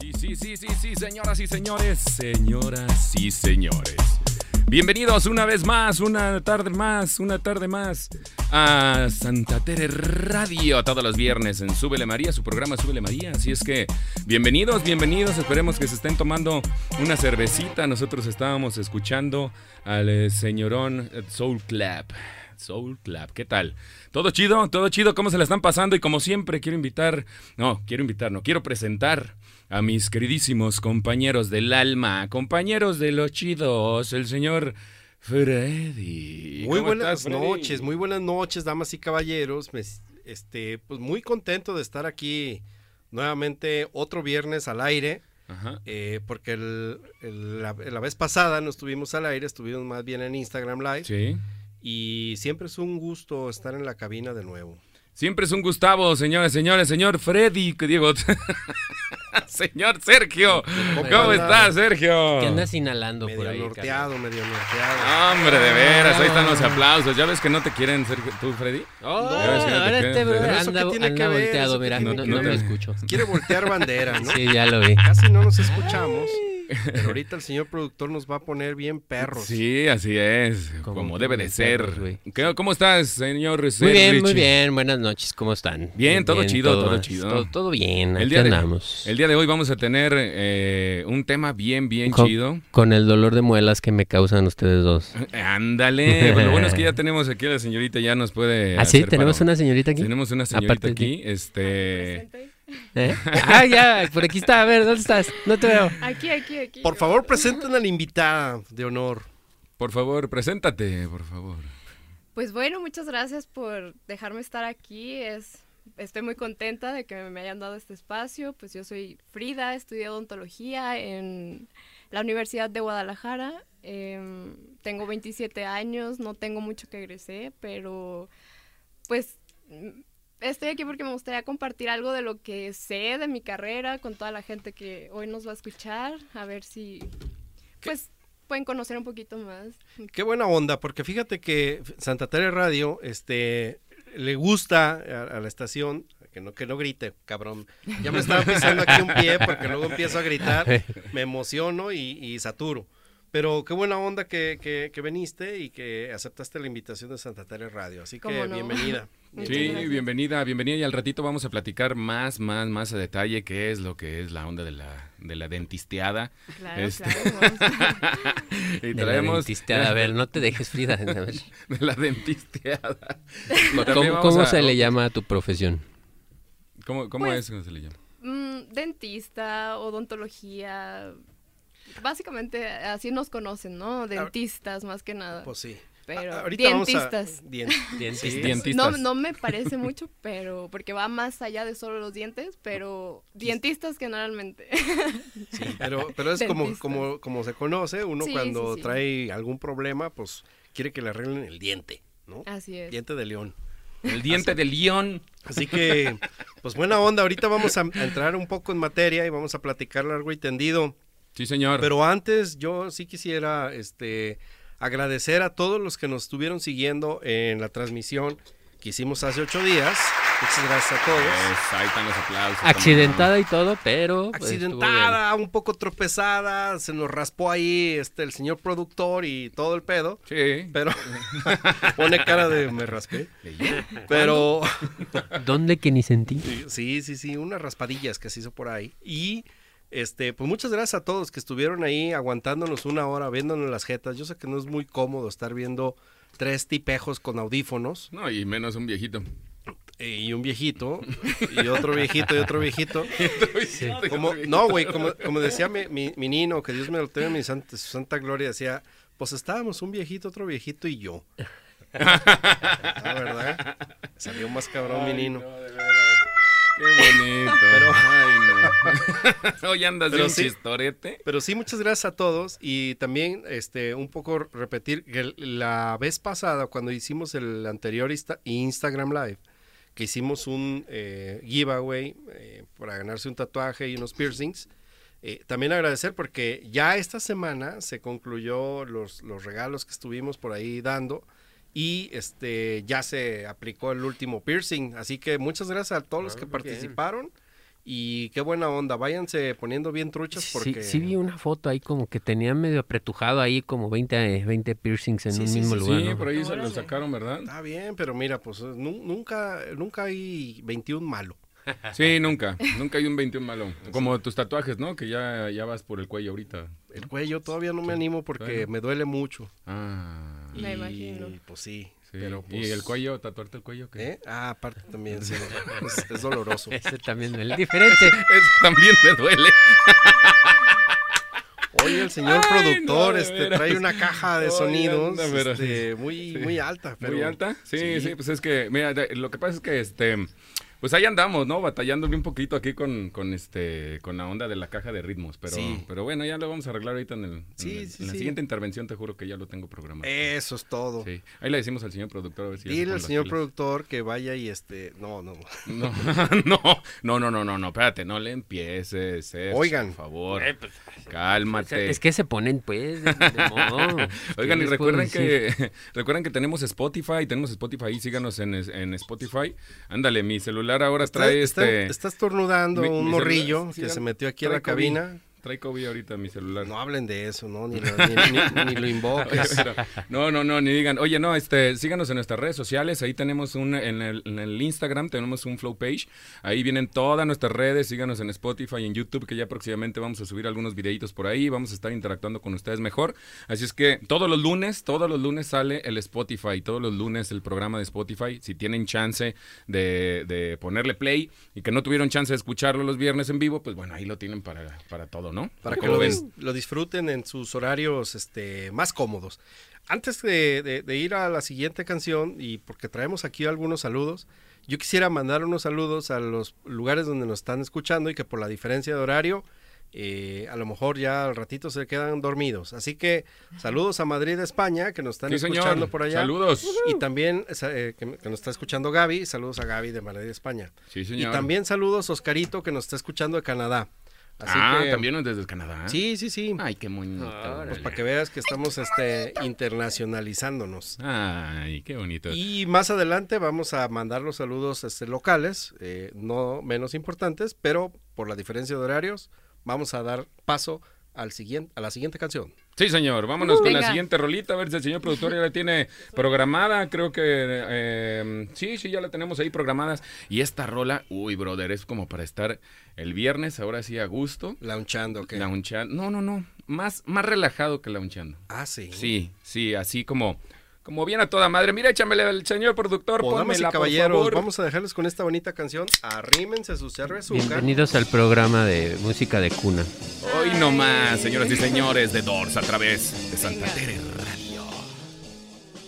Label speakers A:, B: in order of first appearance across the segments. A: Sí, sí, sí, sí, sí, señoras y señores, señoras y señores. Bienvenidos una vez más, una tarde más, una tarde más a Santa Tere Radio todos los viernes en Súbele María, su programa Súbele María. Así es que bienvenidos, bienvenidos. Esperemos que se estén tomando una cervecita. Nosotros estábamos escuchando al eh, señorón eh, Soul Clap. Soul Clap, ¿qué tal? Todo chido, todo chido, ¿cómo se la están pasando? Y como siempre, quiero invitar, no, quiero invitar, no, quiero presentar a mis queridísimos compañeros del alma, compañeros de los chidos, el señor Freddy.
B: Muy
A: ¿Cómo
B: buenas
A: estás, Freddy?
B: noches, muy buenas noches, damas y caballeros. Me s- este, pues muy contento de estar aquí nuevamente otro viernes al aire,
A: Ajá.
B: eh, porque el- el- la, la vez pasada no estuvimos al aire, estuvimos más bien en Instagram Live.
A: Sí.
B: Y siempre es un gusto estar en la cabina de nuevo.
A: Siempre es un Gustavo, señores, señores, señor Freddy, que digo, señor Sergio. ¿Cómo
B: Hola.
A: estás, Sergio?
C: Que andas inhalando por
B: Medio
C: ahí.
B: norteado, medio norteado.
A: Hombre, de veras, ahí están los
C: Ah.
A: aplausos. ¿Ya ves que no te quieren, Sergio, tú, Freddy?
C: cabrón.
A: Ya ves que no te
C: Ah, ahora
A: quedas,
C: este bro
A: ¿pero
B: eso
C: anda,
B: qué tiene
C: anda
B: que ver?
C: volteado,
B: ¿Eso qué
C: mira, no,
B: tiene
C: no,
A: que
C: no lo
A: ver?
C: escucho.
B: Quiere voltear bandera, ¿no?
C: Sí, ya lo vi.
B: Casi no nos escuchamos, pero ahorita el señor productor nos va a poner bien perros.
A: Sí, así es, como,
C: Como-
A: debe
C: como
A: de
C: perros,
A: ser.
C: güey.
A: ¿Qué- ¿Cómo estás, señor
C: Muy bien, muy
A: Serlich?
C: bien. Buenas noches, ¿cómo están?
A: Bien, todo chido, todo
C: más,
A: chido.
C: Todo, todo bien,
A: El
C: aquí
A: día de-
C: andamos.
A: El día de hoy vamos a tener eh, un tema bien, bien
C: Co-
A: chido. Eh,
C: Con el dolor de muelas que me causan ustedes dos.
A: Ándale. Lo bueno es que ya tenemos aquí a la señorita, ya nos puede.
C: ¿Ah, sí?
A: hacer
C: ¿Tenemos
A: paro.
C: una señorita aquí?
A: Tenemos una señorita
C: Aparte de
A: aquí. Este.
C: ¿Eh? Ah, ya, por aquí está. A ver, ¿dónde estás? No te veo.
D: Aquí, aquí, aquí.
B: Por favor, presenten a la invitada de honor.
A: Por favor, preséntate, por favor.
D: Pues bueno, muchas gracias por dejarme estar aquí. Es, estoy muy contenta de que me hayan dado este espacio. Pues yo soy Frida, estudié odontología en la Universidad de Guadalajara. Em, tengo 27 años, no tengo mucho que egresé, pero pues mm, estoy aquí porque me gustaría compartir algo de lo que sé de mi carrera con toda la gente que hoy nos va a escuchar. A ver si pues pueden conocer un poquito más.
B: Qué buena onda, porque fíjate que Santa Tere Radio, este, le gusta a, a la estación, que no, que no grite, cabrón. Ya me estaba pisando aquí un pie porque luego empiezo a gritar, me emociono y, y saturo. Pero qué buena onda que, que, que viniste y que aceptaste la invitación de Santa Tere Radio. Así que
D: Cómo no.
B: bienvenida.
D: Muchas
A: Sí,
D: gracias.
A: bienvenida, bienvenida. Y al ratito vamos a platicar más, más, más a detalle qué es lo que es la onda de la, de la dentisteada.
D: Claro,
A: Este-
D: claro. vamos.
A: y
C: De la
A: traemos.
C: dentisteada, A ver, no te dejes, Frida. a ver.
A: de la dentisteada. Y también
C: ¿Cómo,
A: vamos
C: cómo
A: a-
C: se le llama a tu profesión?
A: ¿Cómo, cómo
D: Pues-
A: es que se le llama?
D: Mm, dentista, odontología. Básicamente así nos conocen, ¿no? Dentistas más que nada.
B: Pues sí.
D: pero
B: A- ahorita vamos a-
D: dentistas.
B: dien-
C: Dentista.
B: Sí.
D: No,
A: Dentistas.
D: no me parece mucho, pero porque va más allá de solo los dientes, pero
A: Pues,
D: dentistas generalmente.
B: Sí, pero, pero es como,
D: Dentista.
B: como, como se conoce, uno
D: Sí,
B: cuando
D: sí, sí.
B: trae algún problema, pues quiere que le arreglen el diente, ¿no?
D: Así es.
B: Diente de león.
A: El diente de león.
B: Así que, pues buena onda, ahorita vamos a, a entrar un poco en materia y vamos a platicar largo y tendido.
A: Sí, señor.
B: Pero antes yo sí quisiera este, agradecer a todos los que nos estuvieron siguiendo en la transmisión que hicimos hace ocho días. Muchas gracias a todos.
A: Es, Pues, ahí están los aplausos.
C: Accidentada y todo, pero. pues, estuvo bien.
B: Accidentada, un poco tropezada, se nos raspó ahí este, el señor productor y todo el pedo.
A: Sí.
B: Pero pone cara de me raspé. Pero
C: ¿Dónde que ni sentí?
B: sí, sí, sí, unas raspadillas que se hizo por ahí. Y este, pues muchas gracias a todos que estuvieron ahí aguantándonos una hora, viéndonos las jetas. Yo sé que no es muy cómodo estar viendo tres tipejos con audífonos
A: No, y menos un viejito.
B: eh, y un viejito, y otro viejito, y otro viejito.
A: Sí.
B: Como, no, güey, como, como decía mi, mi- mi nino, que Dios me lo tenga en mi santa- su santa gloria, decía, pues estábamos un viejito, otro viejito y yo. La verdad, salió más cabrón mi nino.
A: Qué bonito.
B: Pero-
A: Ay, no. Hoy andas de
B: Pero
A: un
B: sí.
A: chistorete.
B: Pero sí, muchas gracias a todos y también este un poco repetir que el- la vez pasada cuando hicimos el anterior Insta- Instagram Live, que hicimos un eh, giveaway eh, para ganarse un tatuaje y unos piercings, eh, también agradecer porque ya esta semana se concluyó los, los regalos que estuvimos por ahí dando y
C: Ah,
B: este ya se aplicó el último piercing, así que muchas gracias a todos los que participaron Y qué buena onda, váyanse poniendo bien truchas
C: Sí,
B: porque...
C: sí vi una foto ahí como que tenía medio apretujado ahí como 20, 20 piercings en
B: Sí,
C: un
B: sí,
C: mismo
B: sí,
C: lugar.
A: sí,
C: ¿no?
A: por ahí se lo
D: Órale.
A: sacaron, ¿verdad?
B: Está bien, pero mira, pues nu- nunca, nunca hay 21 malo.
A: Sí, nunca. Nunca hay un 21 malo. Como tus tatuajes, ¿no? Que ya, ya vas por el cuello ahorita.
B: El cuello todavía no me animo porque
A: Bueno.
B: me duele mucho.
A: Ah.
D: Me
B: Y,
D: imagino.
B: Pues sí,
A: Sí.
B: pero pues...
A: ¿Y el cuello? ¿Tatuarte el cuello? ¿qué?
B: ¿eh? Ah, aparte también, sí, es, es doloroso.
C: Ese también el diferente.
A: Eso también me duele.
B: Oye, el señor
A: Ay, no,
B: productor
A: de
B: este,
A: veras.
B: trae una caja de
A: Oye,
B: sonidos
A: anda, pero-
B: este, muy, muy alta. Pero,
A: ¿Muy alta? Sí, sí, pues es que, mira, de- lo que pasa es que, este, pues ahí andamos, ¿no? Batallándole un poquito aquí con, con este, con la onda de la caja de ritmos, pero,
B: Sí.
A: pero bueno, ya lo vamos a arreglar ahorita en, el, en
B: Sí,
A: el-
B: sí,
A: en la
B: sí.
A: siguiente intervención, te juro que ya lo tengo programado.
B: Eso es todo.
A: Sí. Ahí le decimos al señor productor a ver si... ya se
B: Dile
A: pone
B: al
A: las
B: señor
A: pilas.
B: productor que vaya y este. No, no.
A: No, no, no, no, no, no, no, espérate, no le empieces, Sergio,
B: Oigan.
A: por favor,
C: Eh, pues, o sea,
A: cálmate.
C: es que se ponen pues de, de modo.
A: Oigan,
C: ¿Qué
A: y
C: les puedo
A: recuerden
C: decir?
A: que, recuerden que tenemos Spotify, tenemos Spotify, ahí síganos en, es- en Spotify. Ándale, mi celular ahora trae
B: Está- está-
A: este...
B: Está estornudando
A: mi- mi
B: un
A: celular-
B: morrillo
A: sí,
B: que
A: ya-
B: se metió aquí a
A: trae
B: la
A: COVID.
B: cabina.
A: Trae COVID ahorita mi celular.
B: No hablen de eso, ¿no? Ni lo, ni, ni- ni lo invoques.
A: Pero, no, no, no, ni digan. Oye, no, este, síganos en nuestras redes sociales. Ahí tenemos un, en el, en el Instagram tenemos un flow page. Ahí vienen todas nuestras redes. Síganos en Spotify, en YouTube, que ya próximamente vamos a subir algunos videitos por ahí. Vamos a estar interactuando con ustedes mejor. Así es que todos los lunes, todos los lunes sale el Spotify. Todos los lunes el programa de Spotify. Si tienen chance de, de ponerle play y que no tuvieron chance de escucharlo los viernes en vivo, pues bueno, ahí lo tienen para, para todo, ¿no?
B: Para que
A: ¿Cómo
B: lo,
A: ven?
B: dis- lo disfruten en sus horarios este, más cómodos. Antes de, de- de ir a la siguiente canción, y porque traemos aquí algunos saludos, yo quisiera mandar unos saludos a los lugares donde nos están escuchando y que por la diferencia de horario, eh, a lo mejor ya al ratito se quedan dormidos. Así que saludos a Madrid, España, que nos están
A: Sí,
B: escuchando
A: señor.
B: por allá.
A: Saludos.
B: Y también sa- eh, que, que nos está escuchando Gaby, saludos a Gaby de Madrid, España.
A: Sí,
B: Y
A: señor.
B: también saludos a Oscarito, que nos está escuchando de Canadá. Así
A: ah,
B: que,
A: también desde el Canadá.
B: Sí, sí, sí.
A: Ay, qué bonito.
B: Pues para que veas que estamos este,
A: Ah,
B: internacionalizándonos.
A: Ay, qué bonito.
B: Y más adelante vamos a mandar los saludos este, locales, eh, no menos importantes, pero por la diferencia de horarios vamos a dar paso al siguiente, a la siguiente canción.
A: Sí, señor.
B: Uh,
A: Vámonos con la
D: Venga.
A: siguiente rolita. A ver si el señor productor ya la tiene programada. Creo que eh, sí, sí, ya la tenemos ahí programadas. Y esta rola, uy, brother, es como para estar el viernes, ahora sí a gusto.
B: Launchando, que
A: Launchan- No, no, no. Más, más relajado que launchando.
B: Ah, sí.
A: Sí, sí, así como, como bien a toda madre. Mira, échamele al señor productor.
B: Pues, damas y
A: Pónmela, por
B: caballeros,
A: favor.
B: vamos a dejarles con esta bonita canción. Arrímense su cervezuca.
C: Bienvenidos al programa de música de cuna.
A: Hoy no más, señoras y señores, de Dors a través de Santa
D: Venga.
A: Tere Radio.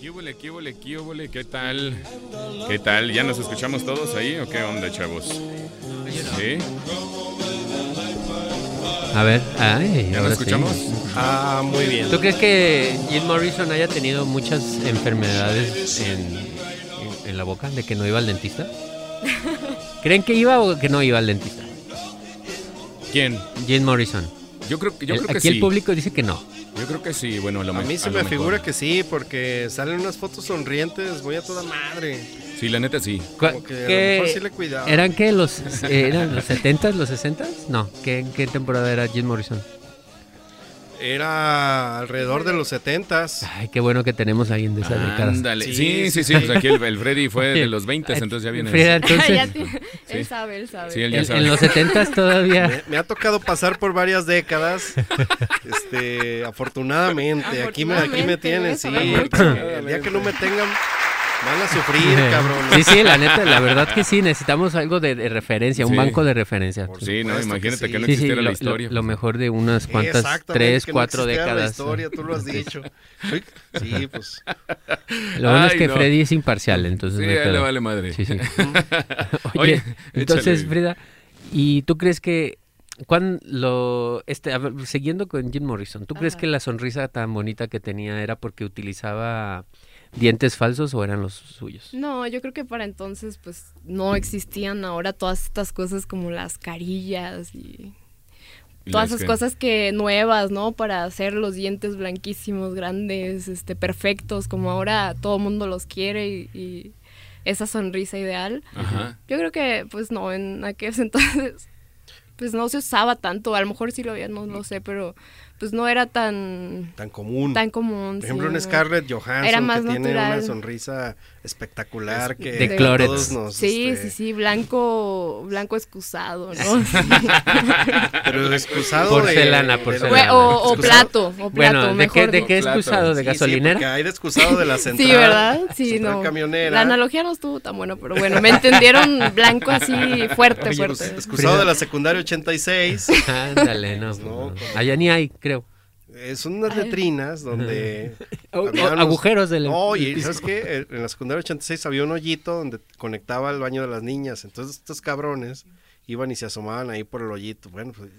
A: ¿Qué huele, qué huele, qué huele? ¿Qué tal? ¿Qué tal? ¿Ya nos escuchamos todos ahí o qué onda, chavos? ¿Sí?
C: A ver, ay,
A: ¿Ya nos
C: ahora sí.
A: escuchamos?
B: Ah, muy bien.
C: ¿Tú crees que Jim Morrison haya tenido muchas enfermedades en, en- en la boca de que no iba al dentista? ¿Creen que iba o que no iba al dentista?
A: ¿Quién?
C: Jim Morrison.
A: Yo creo, que- yo
C: El-
A: creo que
C: aquí
A: sí.
C: el público dice que no.
A: Yo creo que sí, bueno, a, lo
B: A
A: me-
B: mí se
A: a lo
B: me
A: mejor.
B: figura que sí, porque salen unas fotos sonrientes, voy a toda madre.
A: Sí, la neta sí.
C: Cu-
B: Como que a lo
C: ¿qué-
B: mejor sí le cuidaba.
C: ¿Eran qué? ¿Los, eh, ¿Eran los 70s, los 60s? No. ¿Qué, ¿Qué temporada era Jim Morrison?
B: Era alrededor de los setentas.
C: Ay, qué bueno que tenemos a alguien de esas décadas.
A: Ándale. Sí,
B: Sí,
A: sí, sí.
B: sí.
A: pues aquí el, el Freddy fue de los 20,
C: Ay,
A: entonces Ah, ya viene.
C: Frida,
D: Ya
C: entonces,
D: tiene-
A: Sí.
D: Él sabe, él sabe.
A: Sí, él- ya
C: en,
A: sabe.
C: en los 70s todavía.
B: Me, me ha tocado pasar por varias décadas. Este, afortunadamente, aquí me, aquí me
D: Afortunadamente,
B: tienen,
D: eso
B: sí.
D: me gusta.
B: porque El día que no me tengan, van a sufrir, cabrón.
C: Sí, sí, la neta, la verdad que sí, necesitamos algo de, de referencia,
A: Sí.
C: un banco de referencia.
B: Por
A: Sí, no,
B: supuesto que
A: imagínate que,
B: sí.
A: no
C: Sí, sí,
A: existiera
C: lo,
A: la
C: lo-
A: historia. pues
C: lo mejor de unas cuantas
B: Exactamente,
C: tres,
B: que no
C: cuatro
B: existiera la
C: décadas.
B: historia, tú lo has dicho. Sí, pues.
C: Lo bueno es
A: Ay,
C: que
A: no.
C: Freddy es imparcial, entonces.
A: Sí,
C: no hay
A: a él le
C: pedo.
A: vale madre.
C: Sí, sí.
A: Oye,
C: Oye,
A: échale.
C: entonces, Frida, ¿y tú crees que cuán lo este a ver, siguiendo con Jim Morrison, ¿tú crees
D: Ajá.
C: que la sonrisa tan bonita que tenía era porque utilizaba dientes falsos o eran los suyos?
D: No, yo creo que para entonces pues no existían ahora todas estas cosas como las carillas y
A: Y
D: todas
A: las
D: esas
A: que-
D: cosas que nuevas, ¿no? Para hacer los dientes blanquísimos, grandes, este, perfectos, como ahora todo el mundo los quiere y, y esa sonrisa ideal.
A: Ajá.
D: Yo creo que pues no, en aquellos entonces pues no se usaba tanto, a lo mejor sí lo había, no lo sé, pero pues no era tan,
B: Tan común.
D: tan común.
B: Mm. Por ejemplo,
D: sí,
B: un
D: ¿no?
B: Scarlett Johansson
D: Era más
B: que tiene
D: natural.
B: una sonrisa espectacular que
C: de
B: a
C: clorets.
B: todos nos,
D: Sí,
B: este,
D: sí, sí, blanco, blanco excusado, ¿no?
B: Pero excusado
C: Porcelana,
B: de, de-
C: porcelana.
D: O, o
B: Excusado.
D: plato, o plato,
C: Bueno, ¿de qué,
D: mejor.
C: de qué es
A: Plato.
C: usado?
B: Sí,
C: ¿De
B: sí, porque
C: gasolinera?
B: hay de excusado de la central.
D: Sí, ¿verdad? Sí,
B: central
D: no.
B: camionera.
D: La analogía no estuvo tan buena, pero bueno, me entendieron blanco así fuerte,
B: Oye, pues,
D: fuerte.
B: excusado de la secundaria 86.
C: Ándale, no.
B: Pues no,
C: no.
B: como-
C: Allá ni hay, creo.
B: Eh, son unas letrinas donde...
C: O-
B: había
C: o
B: unos-
C: agujeros del.
B: No,
C: del
B: y
C: piso.
B: ¿sabes qué? Eh, En la secundaria 86 había un hoyito donde conectaba el baño de las niñas. Entonces estos cabrones iban y se asomaban ahí por el hoyito. Bueno, pues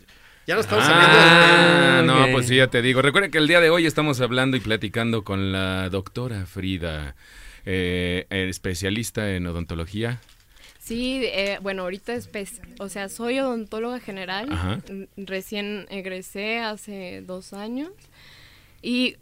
B: ya no
D: Ah.
B: estamos saliendo del tema.
A: Ah,
C: del tema.
A: no,
C: Ok.
A: pues sí, ya te digo. Recuerden que el día de hoy estamos hablando y platicando con la doctora Frida, eh, eh, especialista en odontología.
D: Sí, eh, bueno, ahorita es, pes- o sea, soy odontóloga general,
A: Ajá.
D: Mm, recién egresé hace dos años y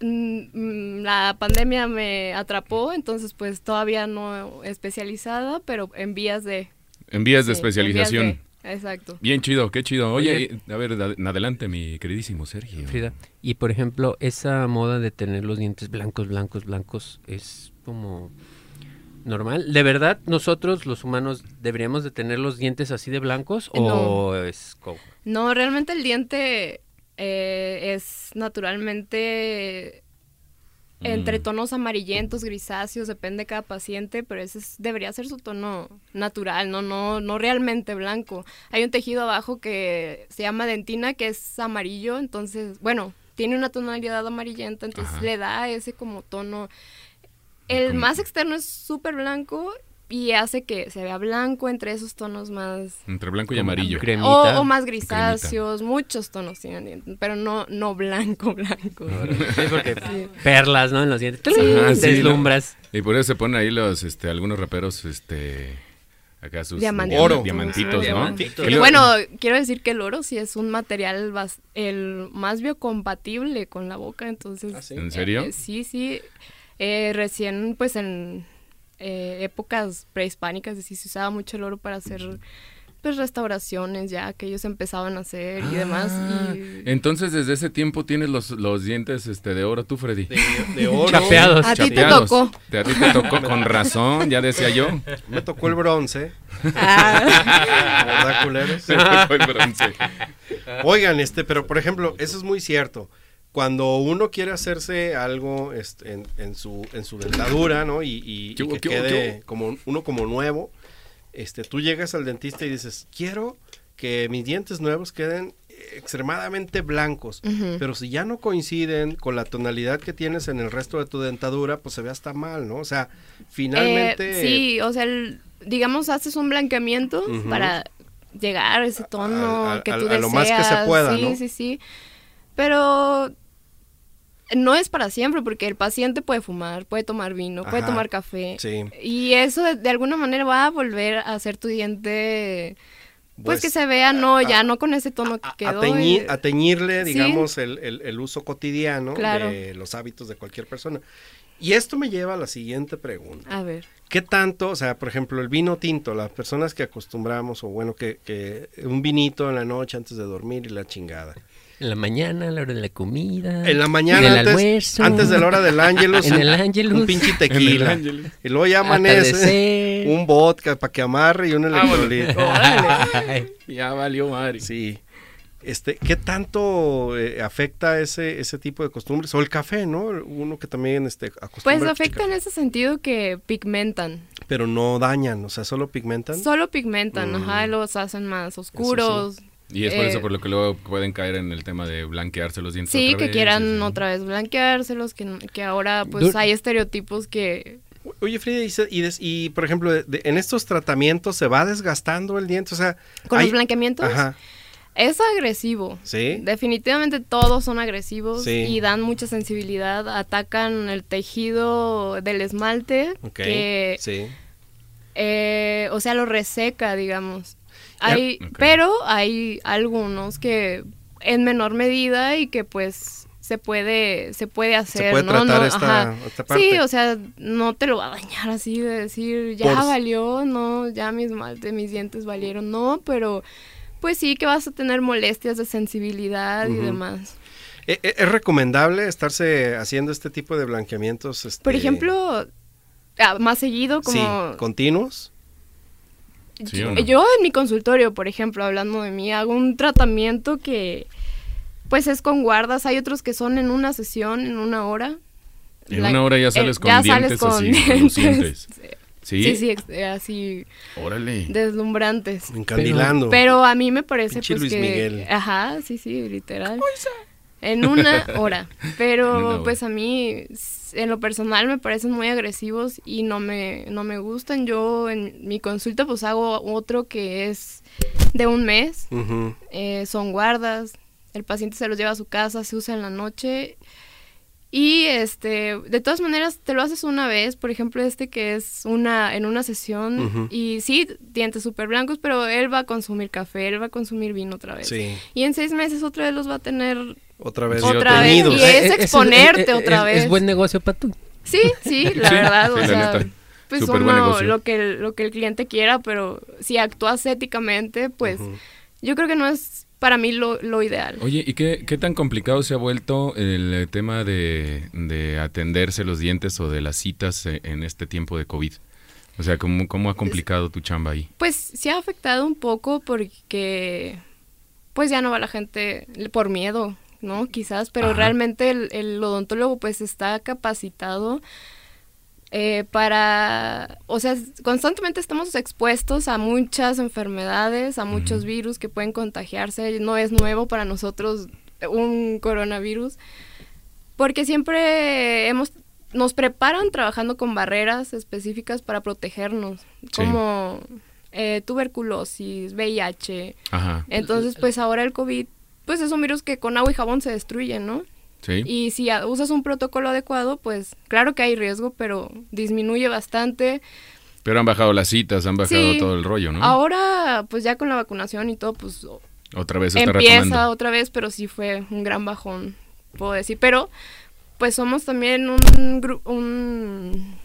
D: mm, mm, la pandemia me atrapó, entonces pues todavía no especializada, pero en vías de...
A: En vías de
D: sí, en vías
A: especialización.
D: de- exacto.
A: Bien chido, qué chido. Oye,
C: Oye.
A: y- a ver, ad- adelante, mi queridísimo Sergio.
C: Frida. Y por ejemplo, esa moda de tener los dientes blancos, blancos, blancos es como normal. ¿De verdad nosotros los humanos deberíamos de tener los dientes así de blancos
D: Eh,
C: o es como
D: No, realmente el diente eh, es naturalmente eh, entre
A: Mm.
D: tonos amarillentos, grisáceos, depende de cada paciente, pero ese es- debería ser su tono natural, no, no, no realmente blanco. Hay un tejido abajo que se llama dentina, que es amarillo, entonces, bueno, tiene una tonalidad amarillenta, entonces
A: Ajá.
D: le da ese como tono. El
A: Como-
D: más externo es súper blanco y hace que se vea blanco entre esos tonos más
A: Entre blanco y
C: Como
A: amarillo.
C: crema.
D: o,
C: Cremita.
D: o más grisáceos, muchos tonos tienen dientes, pero no, no blanco, blanco. Sí.
C: perlas, ¿no? En los dientes.
A: Ajá, sí,
C: Deslumbras.
A: Y por eso se ponen ahí los, este, algunos raperos, este, acá sus
D: Diamantitos.
A: oro, diamantitos,
D: Ajá,
A: ¿no?
B: diamantitos.
A: Y luego-
D: Bueno, quiero decir que el oro sí es un material bas- el más biocompatible con la boca, entonces...
B: Ah, sí.
A: ¿En serio?
D: Eh, sí, sí. Eh, recién, pues en eh, épocas prehispánicas, sí se usaba mucho el oro para hacer pues restauraciones ya que ellos empezaban a hacer y demás.
A: Ah,
D: y-
A: Entonces, desde ese tiempo tienes los, los dientes este, de oro, tú, Freddy.
B: De, de oro.
C: Chapeados.
D: A ti te
A: Chapeados.
D: tocó.
A: Te- a ti te tocó, con razón, ya decía yo.
B: Me tocó el bronce.
A: Ah.
D: Ah.
B: ¿Verdad, culeros?
A: Se tocó el bronce.
B: Oigan, este, pero por ejemplo, eso es muy cierto. Cuando uno quiere hacerse algo este, en, en su, en su dentadura, ¿no? Y, y- y
A: ¿Qué hubo,
B: que
A: qué hubo, qué
B: quede como uno como nuevo, este, tú llegas al dentista y dices, quiero que mis dientes nuevos queden extremadamente blancos.
D: Ujú.
B: Pero si ya no coinciden con la tonalidad que tienes en el resto de tu dentadura, pues se ve hasta mal, ¿no? O sea, finalmente...
D: Eh, sí, o sea, el- digamos, haces un blanqueamiento
B: Ujú.
D: para llegar a ese tono
B: Al- al-
D: que tú
B: al- a
D: deseas.
B: lo más que se pueda,
D: sí,
B: ¿no?
D: sí, sí. Pero no es para siempre, porque el paciente puede fumar, puede tomar vino, puede
B: Ajá,
D: tomar café.
B: sí.
D: Y eso de, de alguna manera va a volver a ser tu diente, pues,
B: Pues,
D: que se vea, no,
B: a-
D: ya no con ese tono que
B: a-
D: quedó.
B: a, teñi-
D: eh,
B: a teñirle,
D: Sí.
B: digamos, el, el- el uso cotidiano
D: Claro.
B: de los hábitos de cualquier persona. Y esto me lleva a la siguiente pregunta.
D: a ver.
B: ¿Qué tanto, o sea, por ejemplo, el vino tinto, las personas que acostumbramos, o bueno, que, que un vinito en la noche antes de dormir y la chingada.
C: En la mañana, a la hora de la comida.
B: En la mañana,
C: en el
B: antes,
C: almuerzo.
B: antes de la hora del Ángelus,
C: En el
B: un-
C: Ángelus.
B: un pinche tequila.
A: Ángelus.
B: Y luego ya amanece
C: Atardecer.
B: un vodka para que amarre y un electrolito.
C: Ay,
A: Ya valió madre.
B: Sí. Este, ¿Qué tanto eh, afecta ese, ese tipo de costumbres? O el café, ¿no? Uno que también este, acostumbra.
D: Pues
B: a
D: afecta en
B: café,
D: ese sentido que pigmentan.
B: Pero no dañan, o sea, solo pigmentan.
D: Solo pigmentan, ajá, los hacen más oscuros.
A: Mm. Y es por
D: Eh,
A: eso por lo que luego pueden caer en el tema de blanquearse los dientes.
D: Sí,
A: otra
D: que
A: vez,
D: quieran
A: y así.
D: otra vez blanqueárselos, que, que ahora pues
C: Dur-
D: hay estereotipos que...
B: Oye, Frida, y, se- y des- y, por ejemplo, de- de- en estos tratamientos se va desgastando el diente, o sea.
D: ¿Con
B: hay-
D: los blanqueamientos?
B: Ajá.
D: Es agresivo.
B: Sí.
D: Definitivamente todos son agresivos
B: Sí.
D: y dan mucha sensibilidad, atacan el tejido del esmalte,
B: Ok.
D: que,
B: Sí.
D: eh, o sea, lo reseca, digamos.
B: Ya.
D: Hay,
A: Ok.
D: Pero hay algunos que en menor medida y que pues se puede se puede hacer
B: puede
D: ¿no?
B: tratar
D: No,
B: esta-
D: ajá.
B: esta parte.
D: sí o sea no te lo va a dañar así de decir ya
B: Por-
D: valió no ya mis mal- de mis dientes valieron no pero pues sí que vas a tener molestias de sensibilidad y
B: Ujú.
D: demás.
B: ¿E- e- ¿Es recomendable estarse haciendo este tipo de blanqueamientos? este,
D: Por ejemplo, ah, más seguido
B: sí,
D: como...
B: continuos.
A: Sí, ¿o no?
D: Yo en mi consultorio, por ejemplo, hablando de mí, hago un tratamiento que pues es con guardas. Hay otros que son en una sesión, en una hora.
A: En
D: La-
A: una hora ya
D: eh,
A: sales con
D: ya
A: dientes
D: sales con
A: así,
D: dientes.
A: relucientes. ¿Sí?
D: Sí, sí, ex- eh, así
A: Órale.
D: deslumbrantes.
B: Encandilando.
D: Pero a mí me parece
B: Pinche
D: pues
B: Luis
D: que
B: Miguel.
D: ajá, sí, sí, literal. En una hora, pero
A: En una hora.
D: pues a mí s- en lo personal me parecen muy agresivos y no me no me gustan. Yo en mi consulta pues hago otro que es de un mes,
B: Ujú.
D: eh, son guardas, el paciente se los lleva a su casa, se usa en la noche y este de todas maneras te lo haces una vez, por ejemplo este que es una en una sesión
B: Ujú.
D: y sí dientes súper blancos, pero él va a consumir café, él va a consumir vino otra vez
B: Sí,
D: y en seis meses otra vez los va a tener
B: otra vez. Eh,
A: Otra vez,
B: teñidos.
D: y es exponerte otra
C: Es,
D: vez.
C: buen negocio para tú.
D: Sí, sí, la
A: Sí,
D: verdad,
A: sí,
D: o
A: la
D: sea,
A: neta.
D: pues
A: Súper buen
D: uno
A: negocio.
D: lo que, el- lo que el cliente quiera, pero si actúas éticamente, pues
B: Ujú.
D: yo creo que no es para mí lo, lo ideal.
A: Oye, ¿y qué, qué tan complicado se ha vuelto el eh, tema de, de atenderse los dientes o de las citas eh, en este tiempo de COVID? O sea, ¿cómo, cómo ha complicado tu chamba ahí?
D: Pues sí ha afectado un poco porque pues ya no va la gente por miedo, ¿no? Quizás, pero
A: Ajá.
D: realmente el, el odontólogo pues está capacitado eh, para, o sea, s- constantemente estamos expuestos a muchas enfermedades, a muchos
A: Ujú.
D: virus que pueden contagiarse, no es nuevo para nosotros un coronavirus, porque siempre hemos, nos preparan trabajando con barreras específicas para protegernos, como eh, tuberculosis, VIH,
A: Ajá,
D: entonces pues ahora el COVID, pues es un virus que con agua y jabón se destruye, ¿no?
A: sí.
D: Y si a- usas un protocolo adecuado, pues claro que hay riesgo, pero disminuye bastante.
A: Pero han bajado las citas, han bajado
D: Sí.
A: todo el rollo, ¿no?
D: Ahora, pues ya con la vacunación y todo, pues o-
A: Otra vez se está
D: empieza
A: retomando.
D: otra vez, pero sí fue un gran bajón, puedo decir. Pero, pues somos también un grupo, un...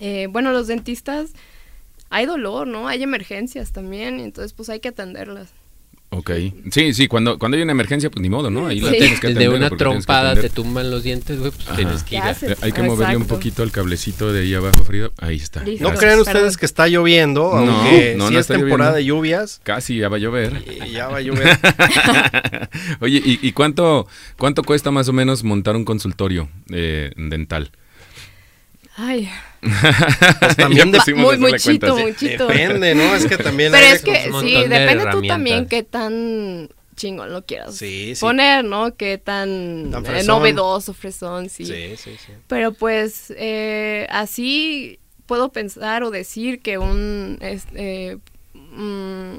D: eh, bueno, los dentistas, hay dolor, ¿no? Hay emergencias también, entonces pues hay que atenderlas.
A: Ok. Sí, sí, cuando, cuando hay una emergencia, pues ni modo, ¿no? Ahí la
D: Sí.
A: tienes que
C: De
A: atender
C: una
A: porque tienes que
C: trompada te
A: atender.
C: tumban los dientes, güey, pues
A: Ajá.
C: tienes que
D: ¿Qué
C: ir. a-
D: haces?
A: Hay que moverle un
D: Exacto.
A: poquito al cablecito de ahí abajo, Frida. Ahí está.
D: Listo.
B: No
A: Gracias.
B: crean
D: Perdón.
B: ustedes que está lloviendo,
A: No,
B: aunque
A: no,
B: sí
A: no
B: es
A: está
B: temporada
A: lloviendo.
B: de lluvias.
A: Casi, ya va a llover.
B: Y ya va a llover.
A: Oye, ¿y, y cuánto, cuánto cuesta más o menos montar un consultorio eh, dental?
D: Ay,
B: también
A: Ya
B: de-
A: pusimos
D: Pues muy-
A: a hacer la
D: muy chito,
A: cuenta, sí.
D: muy chito.
B: Depende, ¿no? Es que también.
D: Pero
B: hay
D: es que
C: un
D: sí,
C: montón de
D: depende tú también
C: herramientas.
D: qué tan chingón lo quieras
B: Sí, sí.
D: poner, ¿no? Qué tan,
B: Tan
D: eh,
B: fresón.
D: novedoso, fresón, sí.
B: Sí, sí, sí.
D: Pero pues eh, así puedo pensar o decir que un es- eh, mm,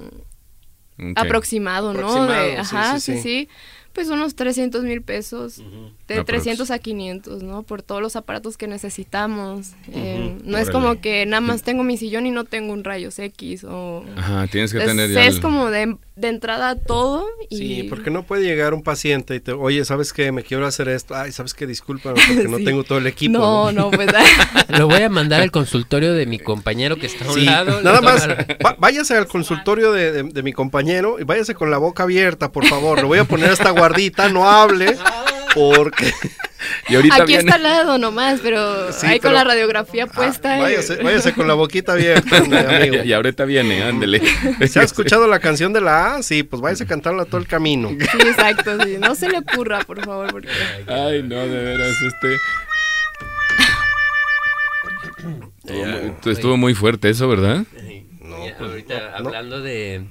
A: Ok.
D: aproximado, ¿no?
B: Aproximado,
D: De-
B: sí, sí,
D: ajá, sí,
B: sí.
D: sí, Pues unos 300 mil pesos, de
A: Aprox.
D: 300 a 500, ¿no? Por todos los aparatos que necesitamos. Eh, no es
A: Órale.
D: como que nada más tengo mi sillón y no tengo un rayos X o...
A: Ajá, tienes que
D: Es,
A: tener ya
D: es
A: el-
D: como de, de entrada todo y...
B: Sí, porque no puede llegar un paciente y te, oye, ¿sabes qué? Me quiero hacer esto. Ay, ¿sabes qué? Disculpa, porque no
D: Sí.
B: tengo todo el equipo.
D: No, no, pues...
C: Lo voy a mandar al consultorio de mi compañero que está a un
B: Sí,
C: lado.
B: nada
C: le voy a
B: más,
C: dar-
B: va- váyase al consultorio de, de- de mi compañero y váyase con la boca abierta, por favor. Le voy a poner esta guardita, no hable, porque...
A: Y ahorita
D: Aquí
A: viene-
D: está al lado nomás, pero
B: Sí,
D: ahí con
B: pero-
D: la radiografía puesta.
B: Ah,
D: eh.
B: váyase, váyase con la boquita abierta, mi amigo.
A: y ahorita viene, ándele.
C: Este,
B: ¿Se ha escuchado la canción de la A? Sí, pues váyase a cantarla todo el camino.
D: Sí, exacto, sí. No se le ocurra, por favor, porque...
A: Ay, no, de veras, este... Estuvo muy- Estuvo muy fuerte eso, ¿verdad?
B: No,
C: Oye,
B: pues,
C: ahorita,
B: no, no.
C: hablando de,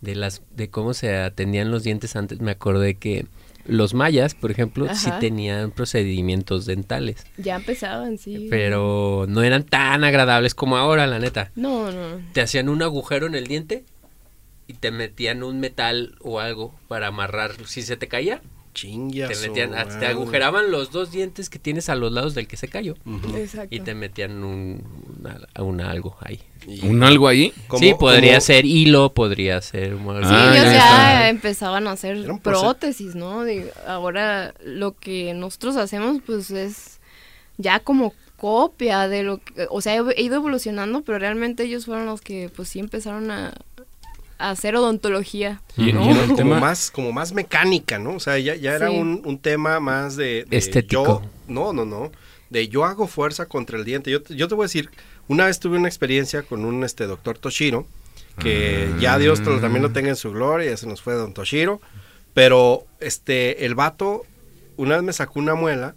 C: de las de cómo se atendían los dientes antes, me acordé que los mayas, por ejemplo, sí
D: Ajá.
C: tenían procedimientos dentales,
D: Ya empezaban, sí.
C: pero no eran tan agradables como ahora, la neta.
D: No, no.
C: Te hacían un agujero en el diente y te metían un metal o algo para amarrar. Si se te caía,
B: Chingue a
C: te
B: su
C: metían, a- te
B: madre.
C: agujeraban los dos dientes que tienes a los lados del que se cayó
B: Ujú.
D: Exacto.
C: y te metían un, una- un algo ahí.
B: Y-
A: ¿Un algo ahí?
B: como-
C: sí, podría
B: como-
C: ser hilo, podría ser...
D: Sí,
A: Ah,
D: o
A: ya
D: sea,
A: está.
D: empezaban a hacer
B: Era un proceso.
D: prótesis, ¿no? Digo, ahora lo que nosotros hacemos, pues es ya como copia de lo que, o sea, he ido evolucionando, pero realmente ellos fueron los que, pues sí, empezaron a, a hacer odontología.
A: Y,
D: ¿no?
A: y era el
B: Como
A: tema-
B: más, como más mecánica, ¿no? O sea, ya, ya era
D: Sí.
B: un, un tema más de, de yo-
C: Estético.
B: no, no, no. De yo hago fuerza contra el diente. Yo, te- yo te voy a decir, una vez tuve una experiencia con un este doctor Toshiro, que
A: Ah.
B: ya Dios te lo- también lo tenga en su gloria, ya se nos fue don Toshiro. Pero este, el vato, una vez me sacó una muela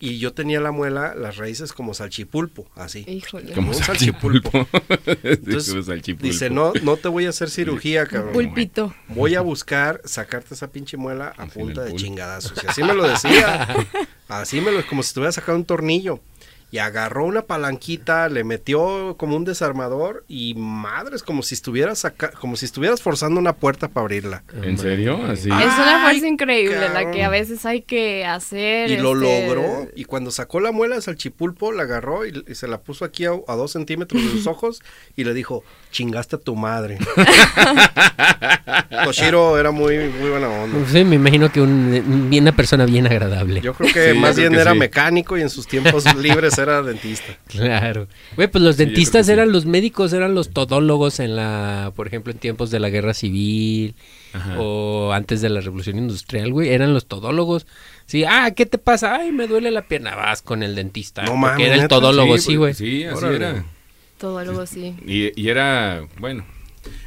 B: y yo tenía la muela, las raíces como salchipulpo, así.
D: Híjole.
A: Como
B: Un
A: salchipulpo.
B: salchipulpo.
A: Entonces,
B: Entonces,
A: como salchipulpo.
B: Dice, no, no te voy a hacer cirugía,
D: Un
B: cabrón.
D: pulpito.
B: Voy a buscar sacarte esa pinche muela a
A: Así
B: punta
A: en el
B: de
A: pulpo.
B: chingadazos. Y así me lo decía. Así me lo, como si estuviera sacando un tornillo. Y agarró una palanquita, le metió como un desarmador y madres, como si estuvieras saca- como si estuvieras forzando una puerta para abrirla.
A: ¿En serio? Así.
D: Es una
B: Ay,
D: fuerza increíble la que
B: cabrón.
D: a veces hay que hacer.
B: Y lo
D: este,
B: logró. Y cuando sacó la muela de salchipulpo, la agarró y, y se la puso aquí a, a dos centímetros de sus ojos y le dijo, chingaste a tu madre. Toshiro era muy, muy buena onda.
C: Sí, me imagino que un- una persona bien agradable.
B: Yo creo que
A: Sí, yo
B: más
A: creo
B: bien
A: que
B: era
A: sí.
B: mecánico y en sus tiempos libres era dentista.
C: Claro. Güey, pues los
A: Sí, yo creo
C: dentistas
A: que sí.
C: eran los médicos, eran los todólogos en la, por ejemplo, en tiempos de la guerra civil
A: Ajá.
C: o antes de la revolución industrial, güey, eran los todólogos. Sí, ah, ¿qué te pasa? Ay, me duele la pierna, vas con el dentista.
B: No
C: porque
B: mames,
C: era el
B: ¿neta?
C: todólogo, sí,
A: pues,
C: güey.
A: Sí, así
B: Órale.
A: era.
D: Todo algo así.
A: Y, y era, bueno.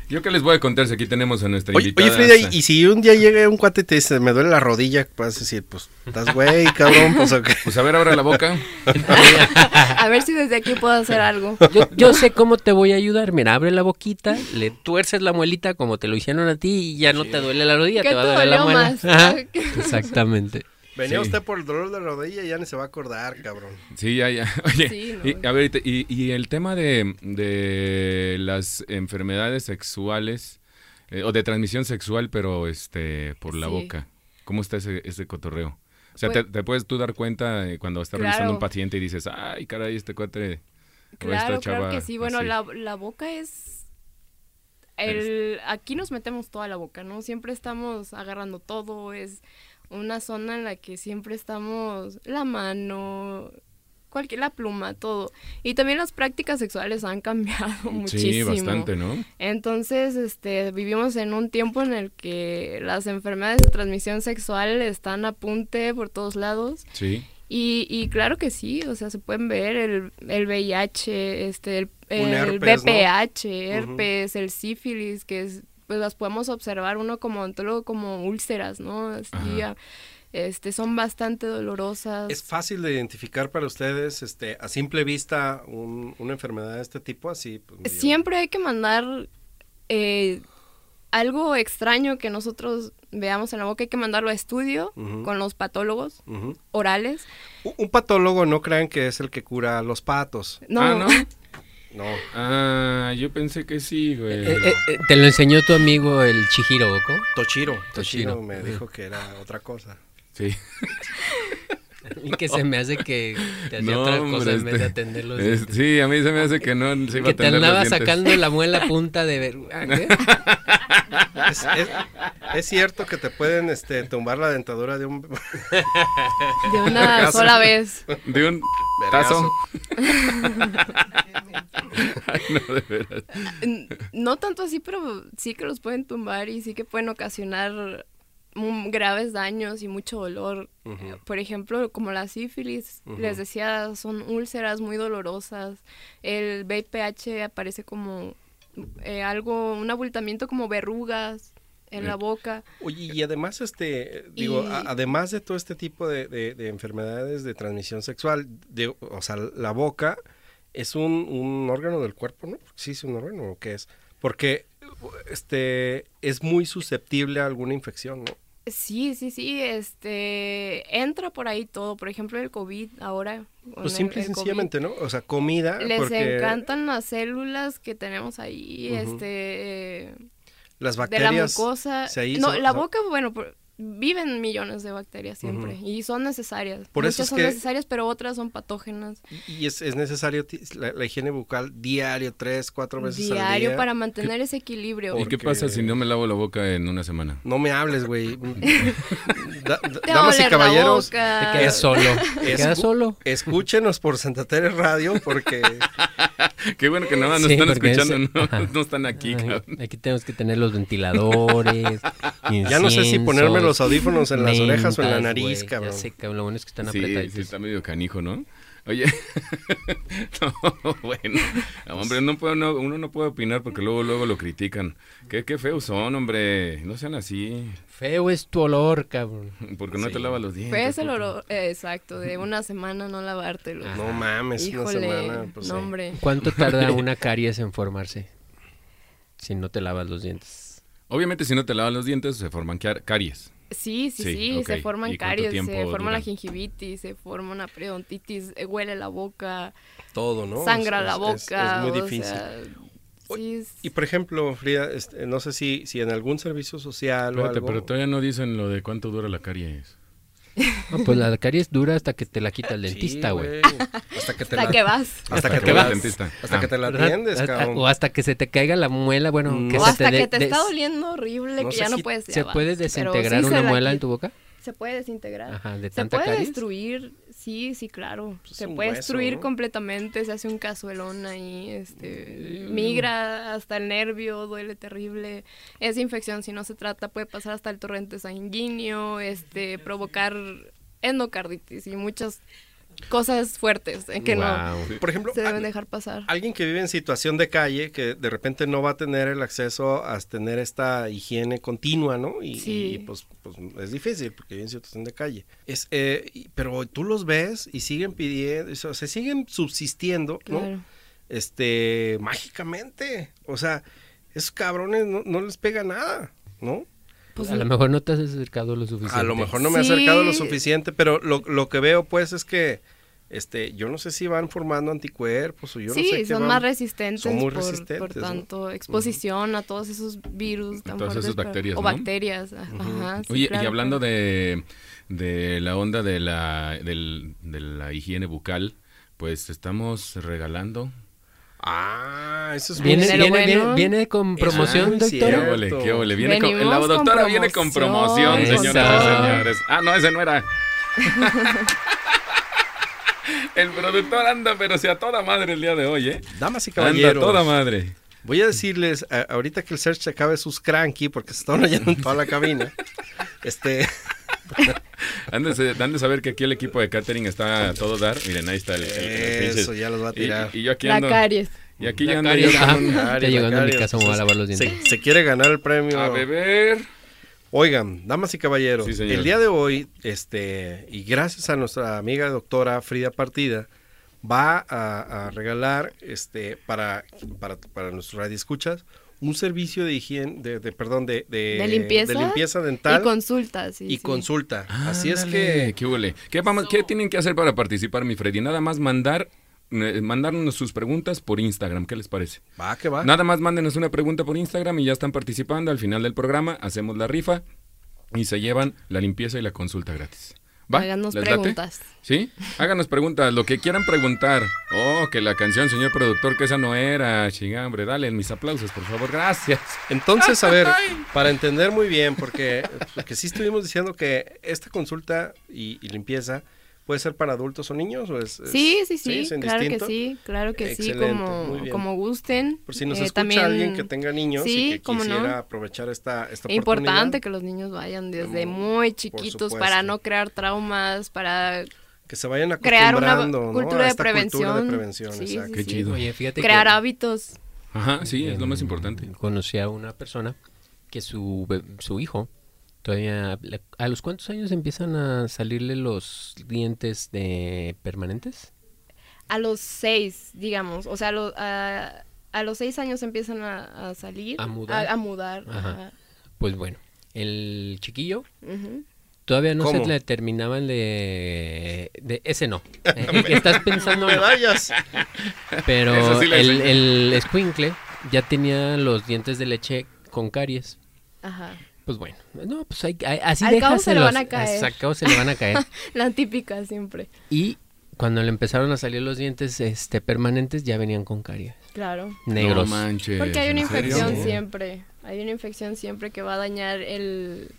A: Yo que les voy a contar si aquí tenemos a nuestra
B: Oye,
A: invitada.
B: oye, Frida, y- y si un día llega un cuate y te dice, me duele la rodilla, vas a decir, pues, estás güey, cabrón, pues, ok.
A: Pues a ver, ahora la boca.
D: A ver si desde aquí puedo hacer algo.
C: Yo, yo sé cómo te voy a ayudar. Mira, abre la boquita, le tuerces la muelita como te lo hicieron a ti y ya no te duele la rodilla,
D: ¿Qué
C: te va a
D: te
C: doler la
D: dolió
C: muela.
D: más?
C: Ajá, Exactamente.
B: Venía
A: Sí.
B: usted por el dolor de la rodilla y ya ni se va a acordar, cabrón.
A: Sí, ya, ya. Oye,
D: Sí, no.
A: y, a ver, y te- y, y el tema de, de las enfermedades sexuales eh, o de transmisión sexual, pero este por la
D: Sí.
A: boca. ¿Cómo está ese, ese cotorreo? O sea,
D: Pues-
A: te, te puedes tú dar cuenta eh, cuando está revisando
D: Claro.
A: un paciente y dices, ay, caray, este cuate o esta
D: Claro, claro
A: chava
D: que sí. Bueno,
A: así".
D: la, la boca es... El, aquí nos metemos toda la boca, ¿no? Siempre estamos agarrando todo, es una zona en la que siempre estamos la mano, cualquier, la pluma, todo. Y también las prácticas sexuales han cambiado muchísimo.
A: Sí, bastante, ¿no?
D: Entonces, este, vivimos en un tiempo en el que las enfermedades de transmisión sexual están a punte por todos lados.
A: Sí.
D: Y, y claro que sí, o sea, se pueden ver el, el VIH, este, el,
B: Un
D: el
B: herpes, ¿no?
D: VPH, herpes, el sífilis, que es, pues las podemos observar uno como ontólogo como úlceras, ¿no? Así,
A: Ajá.
D: ah, este, son bastante dolorosas.
B: ¿Es fácil de identificar para ustedes, este, a simple vista, un- una enfermedad de este tipo? Así, pues, medio-
D: Siempre hay que mandar eh, algo extraño que nosotros veamos en la boca, hay que mandarlo a estudio
B: Ujú.
D: con los patólogos
B: Ujú.
D: orales.
B: Un- Un patólogo no crean que es el que cura a los patos.
D: No,
A: Ah, ¿no?
B: No.
A: Ah, yo pensé que sí, güey.
C: Eh, eh, eh, te lo enseñó tu amigo el Chihiro, ¿cómo?
B: Toshiro.
C: Toshiro.
B: Toshiro me dijo que era otra cosa.
A: Sí.
C: Y que se me hace que te hacía
A: No,
C: otra cosa
A: hombre,
C: en vez de
A: este,
C: atender los
A: es-
C: dientes.
A: sí, a mí se me hace que no se iba
C: que
A: a
C: te
A: atender los
C: andaba
A: dientes.
C: sacando la muela punta de ver. ah, ¿qué?
B: Es, es- es cierto que te pueden este, tumbar la dentadura de un...
D: de una
B: Vergazo.
D: sola vez.
A: De un tazo.
B: Vergazo.
A: Ay, no, de veras.
D: N- No tanto así, pero sí que los pueden tumbar y sí que pueden ocasionar mm, graves daños y mucho dolor. Eh, Por ejemplo, como la sífilis, les decía, son úlceras muy dolorosas. El VIPH aparece como eh, algo, un abultamiento como verrugas en
B: Eh.
D: la boca.
B: Oye, y además, este, digo,
D: Y-
B: a- además de todo este tipo de, de- de enfermedades de transmisión sexual, de, o sea, la boca es un, un órgano del cuerpo, ¿no? Sí, es un órgano, ¿o qué es? Porque este, es muy susceptible a alguna infección, ¿no?
D: Sí, sí, sí, este, entra por ahí todo. Por ejemplo, el COVID ahora. con
B: Pues
D: el-
B: simple y
D: el COVID.
B: sencillamente, ¿no? O sea, comida,
D: Les
B: porque
D: encantan las células que tenemos ahí,
B: Ujú.
D: este,
B: las
D: de la
B: bacterias...
D: mucosa.
B: se ahí
D: no,
B: son-
D: la
B: son-
D: boca, bueno, por- viven millones de bacterias siempre y son necesarias.
B: Por
D: Muchas
B: eso es
D: son
B: que-
D: necesarias, pero otras son patógenas.
B: Y es, es necesario ti- la, la higiene bucal diario, tres, cuatro veces al
D: Diario
B: día.
D: para mantener ese equilibrio.
A: ¿Y qué pasa si no me lavo la boca en una semana?
B: No me hables, güey. Da- da-
D: Te va a
B: damas y
D: oler la
B: caballeros,
C: Te
D: boca.
C: quedas solo. Te
B: es-
C: quedas solo.
B: escúchenos por Santa Teresa Radio porque
A: Qué bueno que nada más nos
C: Sí,
A: están
C: porque
A: escuchando,
C: ese-
A: no,
C: ajá.
A: no están aquí,
C: Ay,
A: cabrón.
C: aquí tenemos que tener los ventiladores.
B: ya no sé si ponerme los audífonos en las orejas o en la
C: mentas,
B: nariz,
C: güey.
B: cabrón.
C: Ya sé, cabrón. Lo bueno es que están
A: Sí,
C: apretaditos.
A: sí, está medio canijo, ¿no? Oye, no, bueno, no, hombre, no puedo, no- uno no puede opinar porque luego, luego lo critican. Qué, qué feos son, hombre, no sean así,
C: Feo es tu olor, cabrón.
A: porque no te
C: Sí.
A: lavas los dientes.
D: Fue ese el
A: puto.
D: olor, eh, exacto, de una semana no lavártelo.
C: Ah,
B: No mames, una
D: Híjole,
B: semana. Pues,
D: no,
B: sí.
D: hombre.
C: ¿Cuánto tarda una caries en formarse? Si no te lavas los dientes.
A: Obviamente, si no te lavas los dientes, se forman car- caries.
D: Sí, sí,
A: Sí,
D: sí,
A: ok.
D: se forman
A: ¿Y cuánto
D: caries,
A: tiempo
D: se forma la
A: duran?
D: gingivitis, se forma una periodontitis, eh, huele la boca,
B: todo, ¿no?
D: sangra
B: Es-
D: la
B: es- es-
D: boca.
B: Es, muy
D: o
B: difícil.
D: sea, sí, es-
B: Y por ejemplo, Frida, este, no sé si, si en algún servicio social o
A: Espérate,
B: algo.
A: pero todavía no dicen lo de cuánto dura la caries.
C: No, pues la caries dura hasta que te la quita el
B: Sí,
C: dentista, güey.
B: Hasta que te
D: hasta
B: la- Ah,
D: que vas.
B: Hasta que te
A: vas
B: la
A: al dentista.
B: Hasta que te la
C: ¿Verdad?
B: atiendes,
C: Hasta-
B: cabrón. Mm.
C: O hasta que se te caiga la muela, bueno,
B: No.
C: que
D: O
C: se
D: hasta
C: te
D: que
C: de-
D: te
C: des-
D: está doliendo horrible
B: No
D: que
B: sé
D: ya no
B: si-
D: puedes
C: ¿Se
D: llevar,
C: puede
D: pero
C: desintegrar
D: sí se
C: una
D: la
C: muela en
D: quita.
C: tu boca?
D: Se puede desintegrar.
C: Ajá, de
D: se
C: tanta
D: puede
C: caries.
D: destruir, sí, sí, claro.
B: Pues es
D: se
B: un
D: puede
B: hueso,
D: destruir
B: ¿no?
D: completamente, se hace un cazuelón ahí, este, migra hasta el nervio, duele terrible. Esa infección, si no se trata, puede pasar hasta el torrente sanguíneo, este, provocar endocarditis y muchas cosas fuertes eh, que no
C: Guau.
B: Por ejemplo,
D: se deben
B: al-
D: dejar pasar.
B: alguien que vive en situación de calle, que de repente no va a tener el acceso a tener esta higiene continua, ¿no? Y,
D: Sí.
B: y, pues, pues, es difícil porque vive en situación de calle. Es, eh, y- pero tú los ves y siguen pidiendo, o sea, se siguen subsistiendo, ¿no?
D: Claro.
B: Este, mágicamente. O sea, esos cabrones no, no les pega nada, ¿no?
D: Pues,
C: a lo mejor no te has acercado lo suficiente.
B: A lo mejor no me he
D: Sí.
B: acercado lo suficiente, pero lo, lo que veo pues es que este, yo no sé si van formando anticuerpos o yo
D: sí,
B: no sé qué
D: son
B: van-
D: más resistentes,
B: son muy
D: por, por
B: resistentes, ¿no?
D: tanto exposición a todos esos virus tan
A: Todas
D: fuertes,
A: esas
D: pero-
A: bacterias,
D: o
A: ¿no?
D: bacterias, a- ajá, sí,
A: Oye, y
D: claro,
A: hablando
D: claro.
A: de, de la onda de la, del- de la higiene bucal, pues estamos regalando.
B: Ah, eso es muy
C: Viene,
D: Dinero
C: viene, viene-
D: bueno.
C: viene con
B: muy
C: promoción,
A: ¿Qué
C: doctora.
B: cierto.
A: ole, qué ole? Viene con- la
D: Venimos con
A: doctora viene con
D: promoción,
A: promoción,
C: con
A: señoras y
C: todo.
A: señores. Ah, no, ese no era. El productor anda, pero si a toda madre el día de hoy, ¿eh?
B: Damas y
A: Anda a
B: caballeros,
A: toda madre.
B: voy a decirles a- ahorita que el search acabe sus cranky porque se están oyendo en toda la cabina. Este,
A: Ándese, a saber que aquí el equipo de catering está a todo dar. Miren, ahí está el, el- el pinche-
B: Eso, ya los va a tirar.
A: Y, y yo aquí
D: la
A: ando.
D: caries.
A: Y aquí
C: La
A: ya ando
C: caries,
A: yo
C: ajá.
A: con-
C: Ya llegando a mi casa, me voy a lavar los dientes.
B: Se, se quiere ganar el premio.
A: a beber.
B: Oigan, damas y caballeros,
A: Sí, señor.
B: el día de hoy, este, y gracias a nuestra amiga doctora Frida Partida, va a, a regalar este, para, para, para nuestros radioescuchas un servicio de higiene, de, de- perdón, de, Eh, de,
D: De limpieza.
B: limpieza dental
D: y
B: y,
D: consultas. sí, sí.
B: consulta. Así es
A: Ándale,
B: que
A: ¿Qué, huele? ¿Qué, vamos- qué tienen que hacer para participar, mi Freddy? Nada más mandar eh, mandarnos sus preguntas por Instagram, ¿qué les parece?
B: va que
D: Ah.
B: va.
A: Nada más mándenos una pregunta por Instagram y ya están participando. Al final del programa hacemos la rifa y se llevan la limpieza y la consulta gratis. ¿Va?
D: Háganos
A: ¿Les late?
D: preguntas.
A: ¿Sí? Háganos preguntas, lo que quieran preguntar. Oh, que la canción, señor productor, que esa no era. Chingambre, dale mis aplausos, por favor. Gracias.
B: Entonces, a ver, para entender muy bien, porque, porque sí estuvimos diciendo que esta consulta y, y limpieza puede ser para adultos o niños, o es, es-
D: Sí, sí, sí,
B: Pues, es
D: claro que
B: indistinto?
D: sí, claro que sí,
B: Excelente, muy
D: como,
B: bien.
D: como gusten.
B: Por si nos
D: Eh,
B: escucha alguien que tenga niños
D: sí,
B: y que
D: cómo no.
B: quisiera aprovechar esta, esta
D: Importante
B: oportunidad,
D: que los niños vayan desde
B: Mm,
D: muy
B: por
D: chiquitos
B: supuesto.
D: para no crear traumas, para
B: que se vayan
D: crear una
B: acostumbrando ¿no?
D: cultura
B: a
D: de
B: esta cultura de
D: prevención.
B: prevención.
D: Sí,
B: exacto.
A: Qué
D: sí.
A: chido.
C: Oye, fíjate
D: crear
C: que-
D: hábitos.
A: Ajá, sí, es lo más
C: em,
A: importante.
C: Conocí a una persona que su, be- su hijo todavía... le- ¿A los cuántos años empiezan a salirle los dientes de permanentes?
D: a los seis, digamos, o sea, a, lo- a- a los seis años empiezan a, a salir,
C: A mudar.
D: a, mudar,
C: Ajá.
D: ajá,
C: Pues bueno, el chiquillo
D: ujú.
C: Todavía no
B: ¿Cómo?
C: se le terminaban de, de- ese no. Eh, el que estás pensando no.
B: Medallas.
A: Eso
C: Pero
A: sí le
C: el,
A: enseñé.
C: el escuincle ya tenía los dientes de leche con caries.
D: ajá.
C: Pues bueno, no, pues hay, hay- así
D: Al cabo se le
C: déjaselos.
D: van a caer.
C: Al cabo se le van a caer.
D: La típica siempre.
C: y cuando le empezaron a salir los dientes este permanentes, ya venían con caries.
D: Claro.
C: Negros.
A: No manches.
D: Porque hay una
A: ¿en serio?
D: infección
C: Sí.
D: siempre. Hay una infección siempre que va a dañar el,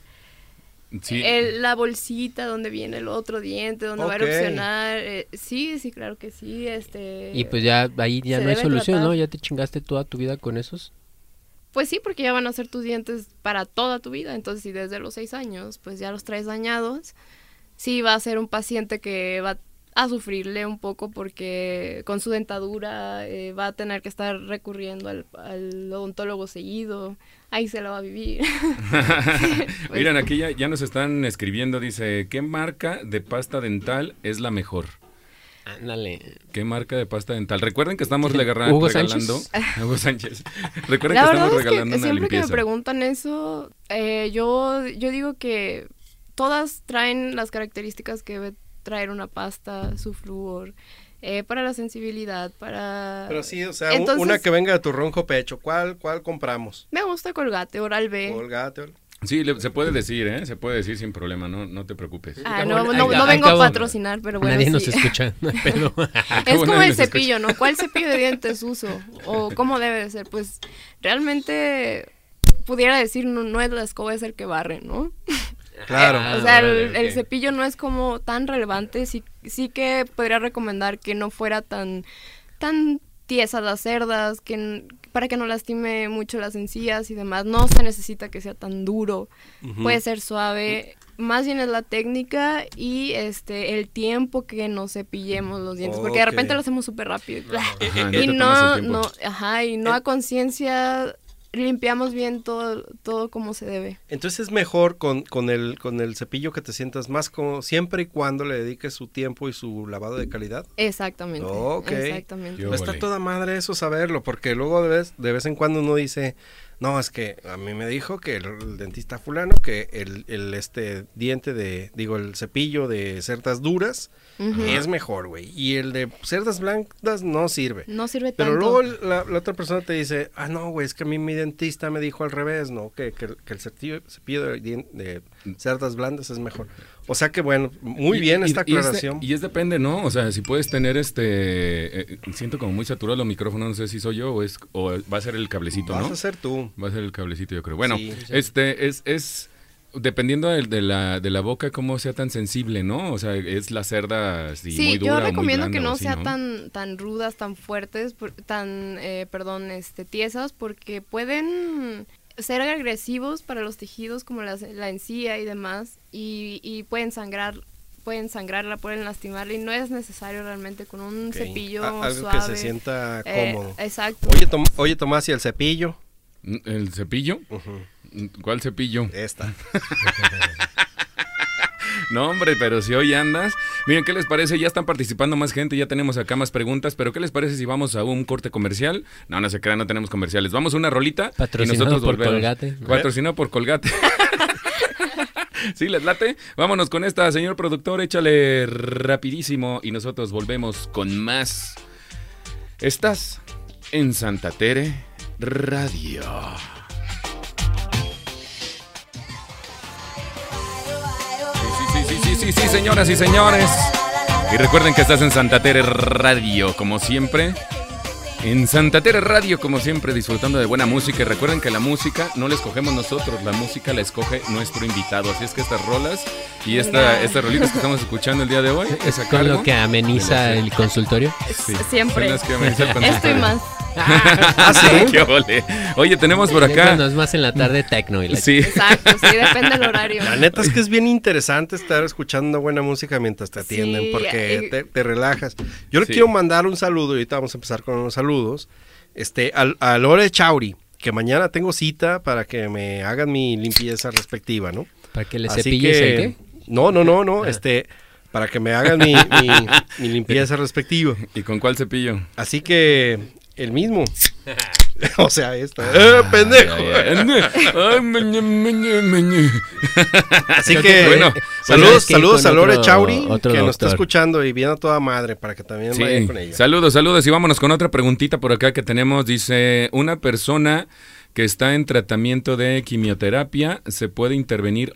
A: Sí.
D: el- la bolsita donde viene el otro diente, donde va a
B: Ok.
D: erupcionar. eh, sí, sí, claro que sí. Este,
C: y pues ya ahí ya
D: Se
C: no hay
D: debe
C: solución,
D: tratar.
C: ¿no? Ya te chingaste toda tu vida con esos.
D: Pues sí, porque ya van a ser tus dientes para toda tu vida. Entonces, si desde los seis años, pues ya los traes dañados, sí va a ser un paciente que va a sufrirle un poco porque con su dentadura eh, va a tener que estar recurriendo al, al odontólogo seguido. Ahí se la va a vivir. pues-
A: Miren, aquí ya, ya nos están escribiendo, dice, ¿qué marca de pasta dental es la mejor?
C: Ándale.
A: ¿Qué marca de pasta dental? Recuerden que estamos
C: Sí.
A: regarra-
C: Hugo
A: regalando... Hugo Sánchez. Recuerden
D: la
A: que
D: verdad
A: estamos
D: es que
A: regalando una
D: siempre que me
A: limpieza.
D: preguntan eso, eh, yo, yo digo que todas traen las características que debe traer una pasta, su flúor, eh, para la sensibilidad, para...
B: Pero sí, o sea, un-
D: Entonces-
B: una que venga de tu ronco pecho. ¿Cuál, cuál compramos?
D: Me gusta Colgate, Oral B.
B: Colgate, ol-
A: Sí, le- se puede decir, ¿eh? Se puede decir sin problema, no, no te preocupes.
D: Ah,
C: Al
D: no,
C: cabo-
D: no-
C: al-
D: no
C: al
D: vengo a
C: cabo-
D: patrocinar, pero bueno,
C: Nadie
D: sí.
C: nos escucha, no hay pedo.
D: Es
A: Cómo nadie
D: como el
A: nos escucha.
D: cepillo, ¿no? ¿Cuál cepillo de dientes uso? ¿O cómo debe de ser? Pues realmente pudiera decir, no, no es la escoba, es el que barre, ¿no?
B: Claro.
C: Ah,
D: o sea, el,
C: órale,
D: el
C: ok.
D: cepillo no es como tan relevante, sí, sí que podría recomendar que no fuera tan, tan tiesa las cerdas, que n- para que no lastime mucho las encías y demás. No se necesita que sea tan duro, puede ser suave. Más bien es la técnica y este el tiempo que nos cepillemos los dientes, porque de
B: Ok.
D: repente lo hacemos súper rápido.
A: Ajá,
D: y
A: te tomas el
D: no,
A: tiempo.
D: no, ajá, y no a conciencia limpiamos bien todo, todo como se debe.
B: Entonces es mejor con, con, el, con el cepillo que te sientas más cómodo, siempre y cuando le dediques su tiempo y su lavado de calidad.
D: Exactamente.
B: Ok.
D: Exactamente.
A: Yo-
B: Pues está
A: Órale.
B: toda madre eso saberlo, porque luego de vez, de vez en cuando uno dice, no, es que a mí me dijo que el, el dentista fulano, que el, el, este diente de, digo, el cepillo de cerdas duras
D: Ujú.
B: es mejor, güey, y el de cerdas blancas no sirve.
D: No sirve
B: Pero
D: tanto.
B: luego la, la otra persona te dice, ah, no, güey, es que a mí mi dentista me dijo al revés, ¿no? Que, que- que el cepillo, cepillo de, dien- de cerdas blandas es mejor. O sea que, bueno, muy
A: Y-
B: bien
A: y-
B: esta
A: y es de-
B: aclaración.
A: Y es, depende, ¿no? O sea, si puedes tener este... eh, siento como muy saturado los micrófonos, no sé si soy yo o, es, o va a ser el cablecito,
B: Vas
A: ¿no?
B: a ser tú.
A: Va a ser el cablecito, yo creo. Bueno,
B: Sí, sí.
A: este es, es dependiendo del- de, la, de la boca, cómo sea tan sensible, ¿no? O sea, es la cerda si
D: sí,
A: muy dura
D: yo
A: o muy
D: recomiendo
A: blanda
D: que
A: o
D: no
A: así,
D: sea tan tan rudas, tan fuertes, por- tan, eh, perdón, este, tiesas, porque pueden ser agresivos para los tejidos como las- la encía y demás, y, y pueden sangrar pueden sangrarla, pueden lastimarla y no es necesario realmente con un
B: Ok.
D: cepillo
B: A- Algo
D: suave.
B: que se sienta
D: eh,
B: cómodo.
D: exacto.
B: Oye, Tom- oye, Tomás, ¿y el cepillo?
A: ¿El cepillo? ¿Cuál cepillo?
B: Esta.
A: No, hombre, pero si hoy andas. Miren, ¿qué les parece? Ya están participando más gente, ya tenemos acá más preguntas, pero ¿qué les parece si vamos a un corte comercial? No, no se crean, no tenemos comerciales. Vamos a una rolita. y
C: Patrocinado
A: nosotros
C: por
A: volvemos.
C: Colgate.
A: Patrocinado por Colgate. sí, les late. Vámonos con esta, señor productor, échale rapidísimo y nosotros volvemos con más. Estás en Santa Tere Radio. Sí, sí, sí, sí, sí, sí, señoras y señores. Y recuerden que estás en Santa Tere Radio, como siempre. En Santa Tere Radio, como siempre, disfrutando de buena música. Y recuerden que la música no la escogemos nosotros, la música la escoge nuestro invitado. Así es que estas rolas y esta,
D: Mira.
A: estas rolitas que estamos escuchando el día de hoy es
C: Es
A: a
C: con lo
A: cargo.
C: que ameniza el consultorio.
A: Sí,
D: Siempre.
A: son las que me hice el
D: Esto y
A: consultorio.
D: más.
A: Ah, sí, qué ole. Oye, tenemos por
C: Es cuando
A: acá.
C: es más en la tarde tecno y la
A: Sí.
D: Exacto, sí, depende del horario.
B: La neta es que es bien interesante estar escuchando buena música mientras te
D: Sí,
B: atienden, porque
C: eh,
D: y-
B: te, te relajas. Yo le
A: Sí.
B: quiero mandar un saludo, y ahorita vamos a empezar con unos saludos, este, al- a, Lore Chauri, que mañana tengo cita para que me hagan mi limpieza respectiva, ¿no?
C: Para que le
B: Así
C: cepilles
B: que-
C: el qué. Ah.
B: No, no, no, no, este, para que me hagan mi, mi- mi limpieza respectiva.
A: ¿Y con cuál cepillo?
B: Así que, el mismo. o sea, esta. ¡Eh,
C: Ah,
B: pendejo!
A: Ay, meñe, meñe, meñe.
B: Así
C: Creo
B: que,
C: que-
B: bueno,
C: eh, pues
B: saludos,
C: sabes que
B: saludos
C: con
B: a Lore
C: otro-
B: Chauri, que
C: otro
B: nos está
C: doctor.
B: escuchando y viene a toda madre para que también
A: Sí.
B: vayan con ella.
A: Saludos, saludos y vámonos con otra preguntita por acá que tenemos. Dice una persona que está en tratamiento de quimioterapia, ¿se puede intervenir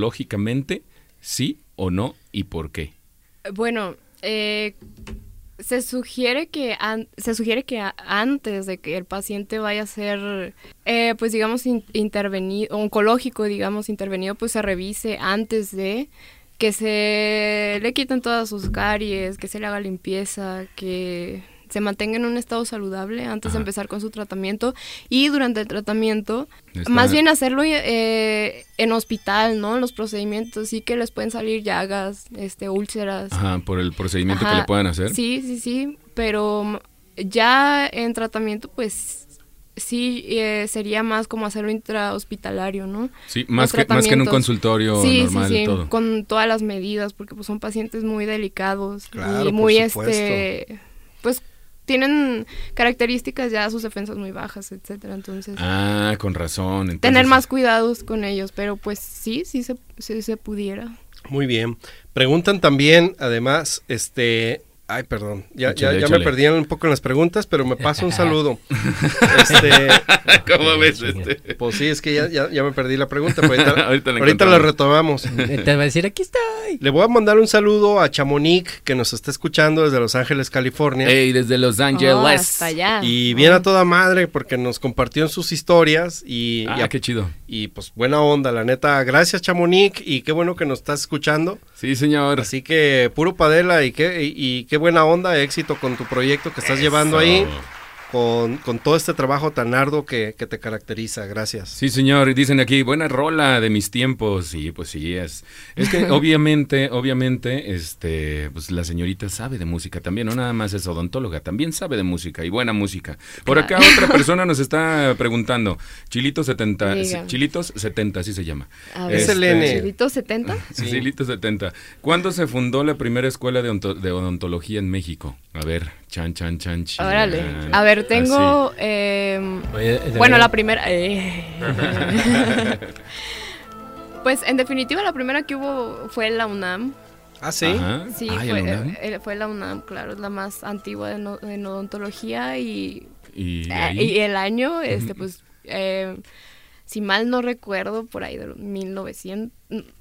A: odontológicamente? ¿Sí o no? ¿Y por qué?
D: Bueno, eh, se sugiere que an- se sugiere que a- antes de que el paciente vaya a ser, eh, pues digamos in- intervenido oncológico, digamos intervenido, pues se revise antes de que se le quiten todas sus caries, que se le haga limpieza, que se mantenga en un estado saludable antes
A: Ajá.
D: de empezar con su tratamiento y durante el tratamiento
A: Está-
D: más bien hacerlo eh, en hospital, ¿no? Los procedimientos sí que les pueden salir llagas, este úlceras.
A: Ajá, por el procedimiento que
D: Ajá,
A: le puedan hacer.
D: Sí, sí, sí, pero mm, ya en tratamiento, pues sí eh, sería más como hacerlo intrahospitalario, ¿no?
A: Sí, más,
D: Los
A: que, más que en un
D: tratamientos.
A: consultorio
D: sí,
A: normal
D: sí, sí,
A: y todo.
D: con todas las medidas, porque pues son pacientes muy delicados
B: Claro,
D: y
B: por
D: muy,
B: supuesto.
D: este, pues tienen características ya sus defensas muy bajas, etcétera, entonces
A: Ah, con razón. entonces-
D: tener más cuidados con ellos, pero pues sí, sí se, sí se pudiera.
B: Muy bien. Preguntan también, además, este. Ay, perdón. Ya, ya-
A: Échale,
B: ya
A: échale.
B: me perdían un poco en las preguntas, pero me pasa un saludo. Este,
A: ¿Cómo ves este?
B: pues sí, es que ya, ya- ya me perdí la pregunta. pero ahorita
A: Ahorita la
B: ahorita la
A: encontramos.
B: retomamos.
C: Te va a decir, aquí estoy.
B: Le voy a mandar un saludo a Chamonix, que nos está escuchando desde Los Ángeles, California.
A: Ey, desde Los Ángeles.
D: Oh, hasta allá.
B: Y viene a toda madre porque nos compartió en sus historias y,
A: Ah,
B: y a-
A: qué chido.
B: y, pues buena onda, la neta. Gracias Chamonix y qué bueno que nos estás escuchando.
A: Sí, señor.
B: Así que puro padela y qué, y, y qué buena onda, éxito con tu proyecto que estás llevando ahí, con, con todo este trabajo tan arduo que, que te caracteriza. Gracias.
A: Sí, señor, y dicen aquí, buena rola de mis tiempos, y pues sí, es. Es que obviamente, obviamente, este, pues la señorita sabe de música también, no nada más es odontóloga, también sabe de música y buena música. Por acá otra persona nos está preguntando, Chilito 70,
D: Diga.
A: Chilitos 70, así se llama. Este,
D: A
B: Es el N.
D: ¿Chilito 70?
B: Sí.
A: Chilitos 70. ¿Cuándo se fundó la primera escuela de, onto- de odontología en México? A ver, chan, chan, chan, chan.
D: Órale.
A: Ah,
D: A ver,
A: Así.
D: tengo. em, bueno, la primera. eh. pues en definitiva, la primera que hubo fue la UNAM.
B: Ah, sí.
A: Ajá.
D: Sí,
A: Ay,
D: fue,
A: el UNAM.
D: eh, eh, fue la UNAM, claro, es la más antigua de no- en odontología y,
A: Y, de
D: eh,
A: ahí-
D: y el año, este, pues, eh, si mal no recuerdo, por ahí de los 1900.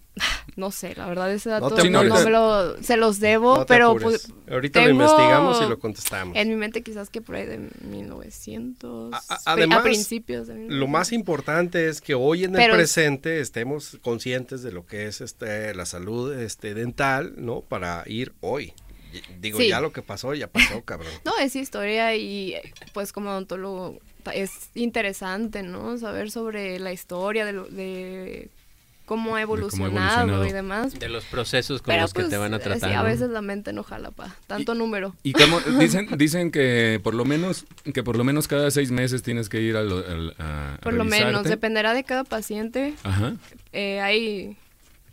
D: No sé, la verdad, ese
B: No
D: dato
B: te
D: no,
A: apures.
D: me lo, se los debo,
B: No te
D: pero
B: apures.
D: pues,
B: Ahorita
D: tengo-
B: lo investigamos y lo contestamos.
D: En mi mente quizás que por ahí de 1900,
B: A- a-
D: pri-
B: además,
D: a principios de 1900.
B: Lo más importante es que hoy en el
D: Pero-
B: presente estemos conscientes de lo que es este la salud este dental, ¿no? Para ir hoy. Y- Digo,
D: Sí.
B: ya lo que pasó, ya pasó, cabrón.
D: No, es historia y eh, pues como odontólogo ta- es interesante, ¿no? Saber sobre la historia de, lo- de cómo ha evolucionado,
A: evolucionado.
D: y demás.
C: De los procesos con
D: Pero
C: los
D: pues,
C: que te van a
D: eh,
C: tratar.
D: sí, a
C: ¿no?
D: veces la mente no jala pa tanto número.
A: Y como dicen, dicen que por lo menos, que por lo menos cada seis meses tienes que ir a, lo- al- a- a
D: Por lo menos,
A: revisarte.
D: dependerá de cada paciente.
A: Ajá.
D: Eh, hay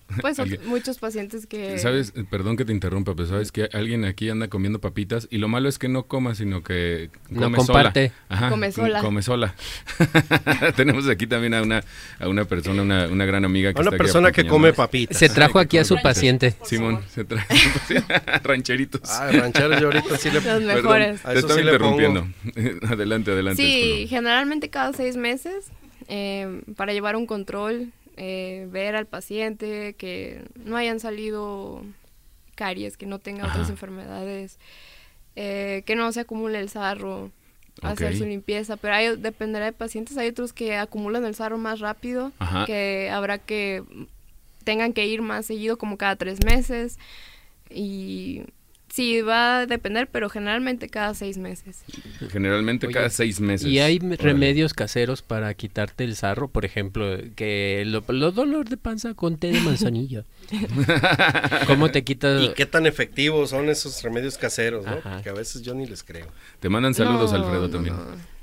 D: pues ot-
A: Alguien-
D: muchos pacientes que...
A: Sabes, Eh, perdón que te interrumpa, pero sabes que alguien aquí anda comiendo papitas y lo malo es que no coma, sino que
C: No
A: come
C: comparte.
A: sola. Ajá,
D: Come
A: com-
D: sola.
A: Come sola. Tenemos aquí también a una, a una persona, una, una gran amiga que
B: A una
A: está aquí
B: persona que come
A: acompañándonos.
B: papitas.
C: Se trajo aquí a su paciente.
A: Simón, se trae rancheritos.
B: Ah, rancheros, yo ahorita sí le.
D: Los
A: Perdón,
D: mejores.
B: A
A: te
B: eso
A: estaba
B: sí le pongo.
A: interrumpiendo. adelante, adelante.
D: Sí,
A: disculpa.
D: generalmente cada seis meses eh, para llevar un control, eh, ver al paciente que no hayan salido caries, que no tenga otras
A: Ajá.
D: enfermedades, eh, que no se acumule el sarro, hacer
A: Ok.
D: su limpieza. Pero hay, dependerá de pacientes. Hay otros que acumulan el sarro más rápido,
A: Ajá.
D: que habrá que tengan que ir más seguido, como cada tres meses. Y sí, va a depender, pero generalmente cada seis meses.
A: Generalmente
C: Oye,
A: cada seis meses.
C: Y hay
A: Órale.
C: remedios caseros para quitarte el sarro, por ejemplo, que lo, lo dolor de panza con té de manzanilla. ¿Cómo te quitas?
B: ¿Y qué tan efectivos son esos remedios caseros, no?
C: Ajá.
B: Porque a veces yo ni les creo.
A: Te mandan saludos,
D: No,
A: Alfredo,
D: no,
A: también.
D: No.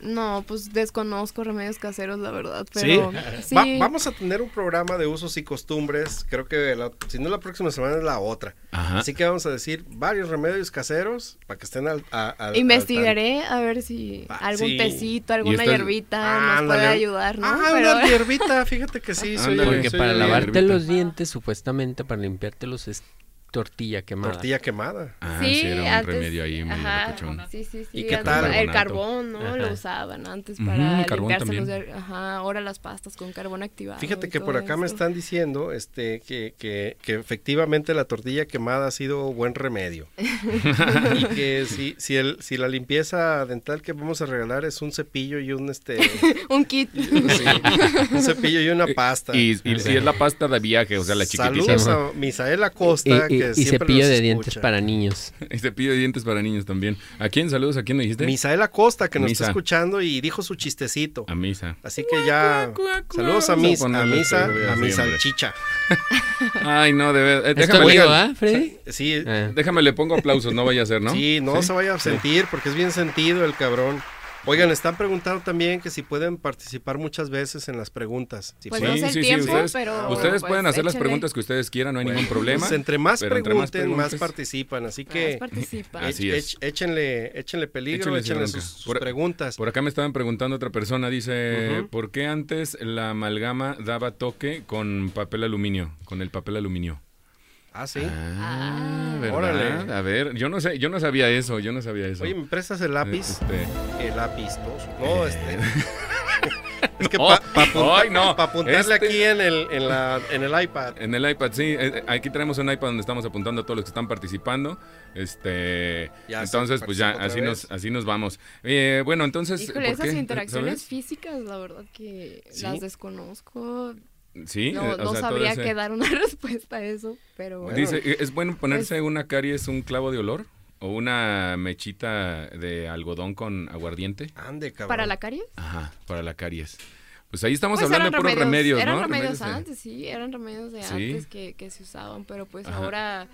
D: No, pues desconozco remedios caseros, la verdad. Pero sí,
B: Va- vamos a tener un programa de usos y costumbres. Creo que la- si no la próxima semana es la otra.
A: Ajá.
B: Así que vamos a decir varios remedios caseros para que estén al. a- al- al
D: investigaré a ver si
B: Ah,
D: algún
B: sí.
D: tecito, alguna
A: estás-
D: hierbita
B: Ah,
D: nos puede
B: ándale.
D: ayudar, ¿no?
B: Ah,
D: Pero-
B: una hierbita, fíjate que sí. soy-
A: Ándale.
B: soy-
C: Porque
B: soy
C: para
B: de-
A: la
C: lavarte
A: hierbita.
C: los dientes, supuestamente para limpiarte los es- tortilla quemada.
B: Tortilla quemada.
A: Ah,
D: Sí,
A: sí, era un
D: antes-
A: remedio ahí muy
D: ajá.
A: locochón.
D: Sí, sí, sí.
A: ¿Y qué
D: antes
B: tal?
D: El
A: Carbonato.
D: carbón, ¿no? Lo
C: Ajá.
D: usaban antes
A: Ujú,
D: para
A: carbón
D: limpiarse los
A: también.
D: de- Ajá, ahora las pastas con carbón activado.
B: Fíjate
D: y
B: que por
D: todo
B: acá me
D: eso.
B: están diciendo este, que, que- que efectivamente la tortilla quemada ha sido buen remedio. y que si, si, el, si la limpieza dental que vamos a regalar es un cepillo y un este pues
D: Un kit.
B: sí, un cepillo y una pasta.
A: Y, y si es la pasta de viaje, o sea, la chiquitita.
B: Saludos a Misael Acosta,
C: y, y-
B: que
C: y
B: siempre
C: cepillo
B: nos
C: de dientes
B: escucha.
C: para niños.
A: Y cepillo de dientes para niños también. ¿A quién saludos? ¿A quién me dijiste?
B: Misael Acosta, que nos
A: Misa.
B: está escuchando y dijo su chistecito.
A: A misa.
B: Así que ya,
A: guau, guau.
B: saludos a
A: Vamos a
B: Misa, a
A: ponerle
B: Misa,
A: este, güey,
B: a mi
A: así, hombre.
B: salchicha.
A: Ay, no, de verdad. Eh,
C: ¿Es tu
A: déjame,
C: amigo,
A: le-
C: ah, Freddy?
B: Sí,
C: Ah.
A: déjame le pongo aplausos, no vaya a ser, ¿no?
B: Sí, no se vaya a sentir porque es bien sentido el cabrón. Oigan, están preguntando también que si pueden participar muchas veces en las preguntas. Si
D: Pues
B: pueden.
D: no sé el tiempo,
A: ustedes,
D: pero
A: ustedes
D: pues,
A: pueden hacer las
D: échale.
A: preguntas que ustedes quieran, no hay ningún problema.
B: Pues entre más
A: pero
B: pregunten,
A: entre más
B: más,
A: preguntes-
B: participan. Así
D: Más
B: que
D: Pues participa.
A: Así
B: ech-
A: es.
B: ech- échenle, échenle peligro,
A: Échenle
B: échenle,
A: sin
B: sus,
A: bronca.
B: sus
A: Por-
B: preguntas.
A: Por acá me estaban preguntando otra persona, dice,
B: Ujú.
A: ¿por qué antes la amalgama daba toque con papel aluminio, con el papel aluminio?
B: ah, sí.
A: Ah,
D: Ah.
A: ¿verdad?
B: Órale.
A: A ver, yo no sé, yo no sabía eso, yo no sabía eso.
B: Oye, ¿me prestas el lápiz?
A: Este,
B: El lápiz, ¿no? No, este. es que
A: Eh. No.
B: para apuntar,
A: Ay, no.
B: pa apuntarle
A: Este-
B: aquí en el, en, la, en el iPad.
A: en el iPad, sí, eh, aquí tenemos un iPad donde estamos apuntando a todos los que están participando. Este,
B: Ya, sí,
A: entonces, pues ya,
B: participa
A: así
B: otra
A: nos, así nos vamos. Eh, bueno, entonces.
D: Híjole,
A: ¿por
D: esas
A: qué?
D: interacciones
A: ¿Sabes?
D: físicas, la verdad que
B: Sí.
D: las desconozco.
A: Sí, eh,
D: No,
A: o
D: no
A: sea, todo
D: sabría
A: ese-
D: qué dar una respuesta a eso, pero bueno.
A: Dice, "¿E-, ¿es bueno ponerse una caries un clavo de olor? ¿O una mechita de algodón con aguardiente?
B: Ande, cabrón.
D: ¿Para la caries?
A: Ajá, para la caries. Pues ahí estamos
D: Pues
A: hablando de puros remedios,
D: eran
A: ¿no?
D: remedios
A: de-
D: antes, sí, eran remedios de
A: Sí.
D: antes que, que se usaban, pero pues
A: Ajá.
D: ahora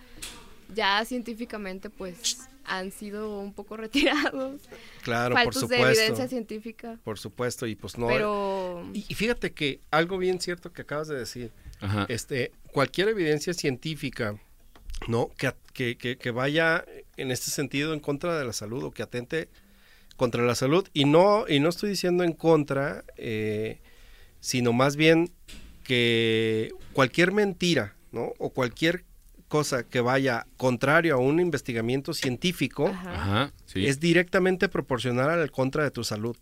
D: ya científicamente pues han sido un poco retirados,
B: Claro, por
D: faltos de evidencia
B: supuesto.
D: cienfica,
B: Por supuesto, y pues no.
D: pero
B: Y, y fíjate que algo bien cierto que acabas de decir,
A: Ajá.
B: este, cualquier evidencia científica, ¿no? Que, at- que, que- que vaya en este sentido en contra de la salud o que atente contra la salud, y no, y no estoy diciendo en contra, eh, sino más bien que cualquier mentira, ¿no? O cualquier cosa que vaya contrario a un investigamiento científico
D: ajá,
A: Ajá, sí.
B: es directamente proporcional al contra de tu salud.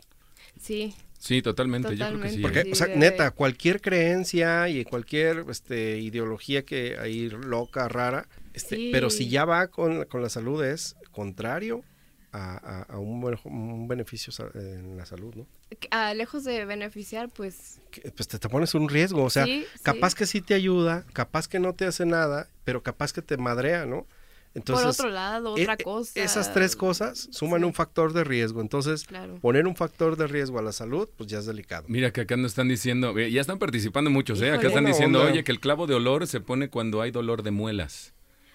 D: sí,
A: Sí, totalmente, yo creo que
D: Totalmente.
A: sí.
B: Porque,
D: Sí,
B: o sea,
D: de-
B: neta, cualquier creencia y cualquier este, ideología que hay loca, rara, este,
D: Sí.
B: pero si ya va con, con la salud es contrario a, a- a un, buen- un beneficio sa- en la salud, ¿no?
D: que, ah, lejos de beneficiar pues
B: Que, pues te, te pones un riesgo, o sea,
D: Sí,
B: capaz
D: sí.
B: que sí te ayuda, capaz que no te hace nada, pero capaz que te madrea, ¿no? Entonces,
D: por otro lado,
B: e-
D: otra
B: e-
D: cosa.
B: Esas tres cosas suman
D: sí.
B: un factor de riesgo, entonces
D: Claro.
B: poner un factor de riesgo a la salud, pues ya es delicado.
A: Mira que acá nos están diciendo, eh, ya están participando muchos, ¿eh? Acá
D: Híjole.
A: están
B: Buena
A: diciendo,
B: onda.
A: oye, que el clavo de olor se pone cuando hay dolor de muelas.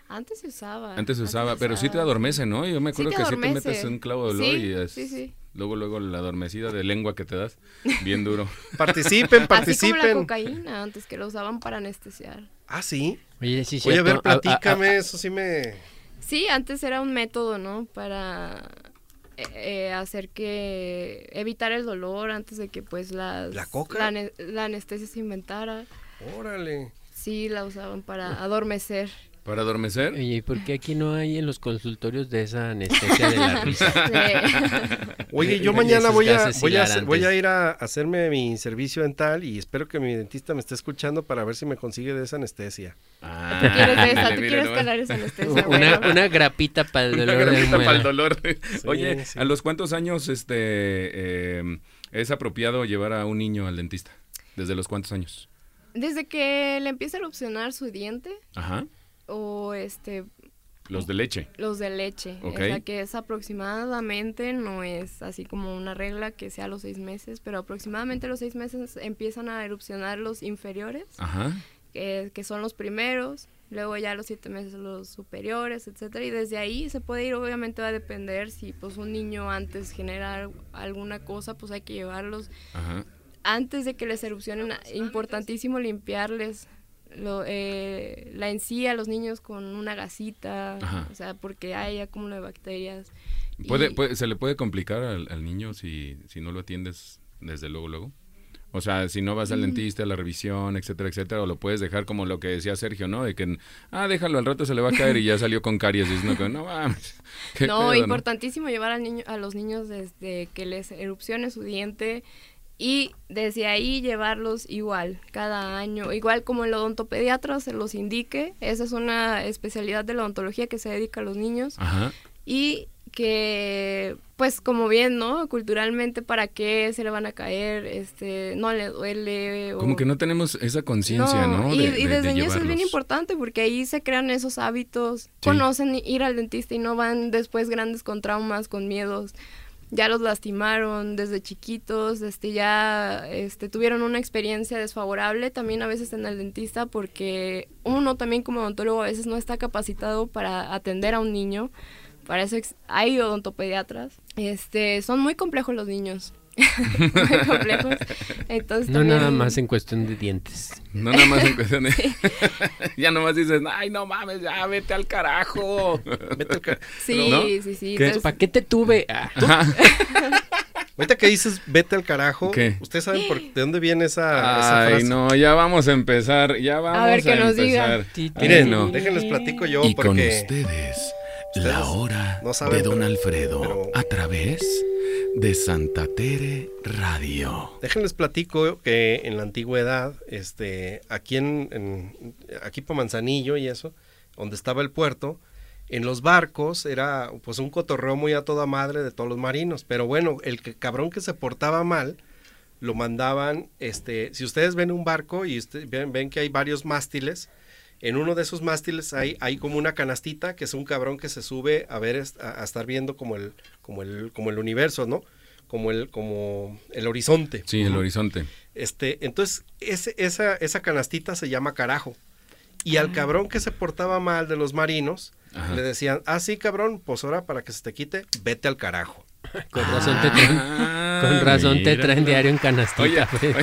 D: Ah, Antes se usaba.
A: Antes se usaba, pero sí te
D: usaba.
A: adormece, ¿no? Yo me
D: Sí
A: acuerdo
D: te
A: que sí te
D: adormece.
A: metes un clavo de olor
D: Sí,
A: y es-
D: sí, sí.
A: luego, luego la adormecida de lengua que te das, bien duro.
B: Participen,
D: Así como la
B: participen.
D: cocaína, antes que lo usaban para anestesiar.
B: Ah, sí.
C: Oye, sí,
B: Oye, a
C: cierto. Ah,
B: ver, platícame, eso sí me...
D: Sí, antes era un método, ¿no? Para eh, eh, hacer que evitar el dolor antes de que pues las
B: ¿La coca?
D: la, ane- la anestesia se inventara.
B: Órale.
D: Sí, la usaban para adormecer.
A: Para adormecer,
C: ah, Oye, ¿y por qué aquí no hay en los consultorios de esa anestesia de la
D: Eh,
C: risa?
D: Sí.
B: Oye, yo
C: Y
B: mañana
C: esos
B: voy a,
C: gases
B: voy, a, hacer-
C: hilarantes.
B: voy a ir a hacerme mi servicio dental y espero que mi dentista me esté escuchando para ver si me consigue de esa anestesia.
A: ah,
D: Tú quieres de esa,
A: mire,
D: tú
A: mire
D: quieres
A: nomás.
D: calar esa anestesia.
C: una,
D: bueno.
C: una grapita para el
A: Una
C: dolor de
A: gramita para el
C: muela.
A: dolor. Oye,
B: sí.
A: ¿a los cuántos años este eh, es apropiado llevar a un niño al dentista? ¿Desde los cuántos años?
D: Desde que le empieza a erupcionar su diente
A: Ajá.
D: o este
A: Los de leche.
D: los de leche,
A: Ok.
D: o sea que es aproximadamente, no es así como una regla que sea a los seis meses, pero aproximadamente a los seis meses empiezan a erupcionar los inferiores.
A: Ajá.
D: que, que son los primeros, luego ya los siete meses los superiores, etcétera, y desde ahí se puede ir, obviamente va a depender si pues un niño antes genera al- alguna cosa, pues hay que llevarlos
A: Ajá.
D: antes de que les erupcionen,
A: Ah,
D: a-
A: pues,
D: importantísimo limpiarles lo- eh, la encía a los niños con una gasita,
A: Ajá.
D: o sea, porque hay acúmulo de bacterias. y-
A: ¿Puede, puede- se le puede complicar al, al niño si, si no lo atiendes desde luego, luego? O sea, si no vas
D: Mm.
A: al dentista, a la revisión, etcétera, etcétera, o lo puedes dejar como lo que decía Sergio, ¿no? De que, ah, déjalo, al rato se le va a caer y ya salió con caries. Y es no, no mames. qué
D: No,
A: pedo,
D: importantísimo llevar al niño, a los niños desde que les erupcione su diente y desde ahí llevarlos igual, cada año, igual como el odontopediatra se los indique. Esa es una especialidad de la odontología que se dedica a los niños
A: Ajá.
D: y que pues como bien, ¿no? Culturalmente para qué se le van a caer, este, no le duele o
A: Como que no tenemos esa conciencia, ¿no?
D: y,
A: De-
D: y
A: de- de
D: desde niños es bien
A: llevarlos.
D: importante porque ahí se crean esos hábitos, conocen ir al dentista y no van después grandes con traumas, con miedos. Ya los lastimaron desde chiquitos, este ya este tuvieron una experiencia desfavorable también a veces en el dentista porque uno también como odontólogo a veces no está capacitado para atender a un niño. Para eso ex- hay odontopediatras. Este, son muy complejos los niños. muy complejos. Entonces
C: No nada
D: también-
C: más en cuestión de dientes.
A: No nada más en cuestión de... ya nomás dices, ay, no mames, ya vete al carajo.
B: Vete al ca-
D: Sí,
A: ¿No?
D: sí, sí.
A: ¿Qué?
D: entonces-
C: ¿Para qué te tuve? Ah,
A: Ajá.
B: Ahorita que dices vete al carajo,
A: ¿Qué?
B: ¿ustedes saben por, de dónde viene esa, esa
A: Ay,
B: frase?
A: no, ya vamos a empezar, ya vamos a,
D: ver qué nos digan.
A: empezar.
C: Ti, ti,
A: Ay,
B: Miren,
A: no.
B: déjenles platico yo
A: Y con
B: porque
A: ustedes,
B: ustedes
A: la hora
B: no saben,
A: de Don
B: pero-
A: Alfredo
B: pero-
A: a través de Santa Tere Radio.
B: déjenles platico que en la antigüedad, este, aquí en, en- aquí por Manzanillo y eso, donde estaba el puerto, en los barcos era pues un cotorreo muy a toda madre de todos los marinos, pero bueno, el que- cabrón que se portaba mal lo mandaban, este, si ustedes ven un barco y usted- ven, ven que hay varios mástiles, en uno de esos mástiles hay, hay como una canastita que es un cabrón que se sube a ver est- a, a estar viendo como el, como el, como el universo, ¿no? Como el, como el horizonte.
A: Sí, el horizonte.
B: Este, entonces, ese- esa, esa canastita se llama carajo. Y al cabrón que se portaba mal de los marinos,
A: Ah. Ajá.
B: le decían, ah, sí, cabrón, pues ahora para que se te quite, vete al carajo.
C: Con razón te traen,
A: Ah,
C: con razón te traen diario en canastita.
A: Oye,
C: pues.
A: oye,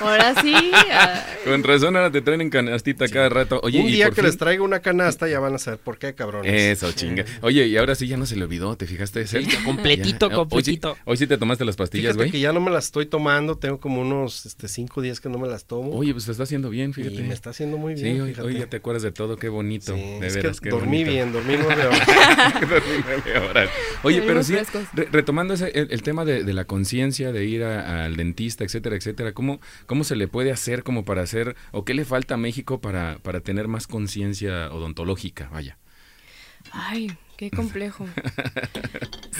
D: Ahora sí. ah,
A: con razón ahora te traen en canastita cada rato. Oye,
B: Un
A: y
B: día
A: por
B: que
A: fin- Eh,
B: les traiga una canasta ya van a saber por qué, cabrones.
A: Eso, chinga. Oye, y ahora sí ya no se le olvidó, ¿te fijaste? Sergio?
C: ya, completito,
A: Ya. Hoy
C: completito.
A: sí, hoy sí te tomaste las pastillas,
B: Fíjate que
A: güey.
B: ya no me las estoy tomando, tengo como unos este, cinco días que no me las tomo.
A: Oye, pues te está haciendo bien,
B: y
A: fíjate.
B: me está haciendo muy
A: Sí,
B: bien.
A: hoy,
B: fíjate.
A: hoy ya te acuerdas de todo, qué bonito.
B: Sí,
A: de
B: es
A: veras,
B: que
A: qué
B: dormí
A: bonito.
B: bien, dormí nueve horas.
A: Dormí nueve horas. Oye, pero
D: Dormimos
A: sí,
D: frescos.
A: re- retomando ese- el, el tema de, de la conciencia, de ir a- al dentista, etcétera, etcétera, ¿cómo, ¿cómo se le puede hacer como para hacer, o qué le falta a México para, para tener más conciencia odontológica? Vaya.
D: Ay, qué complejo.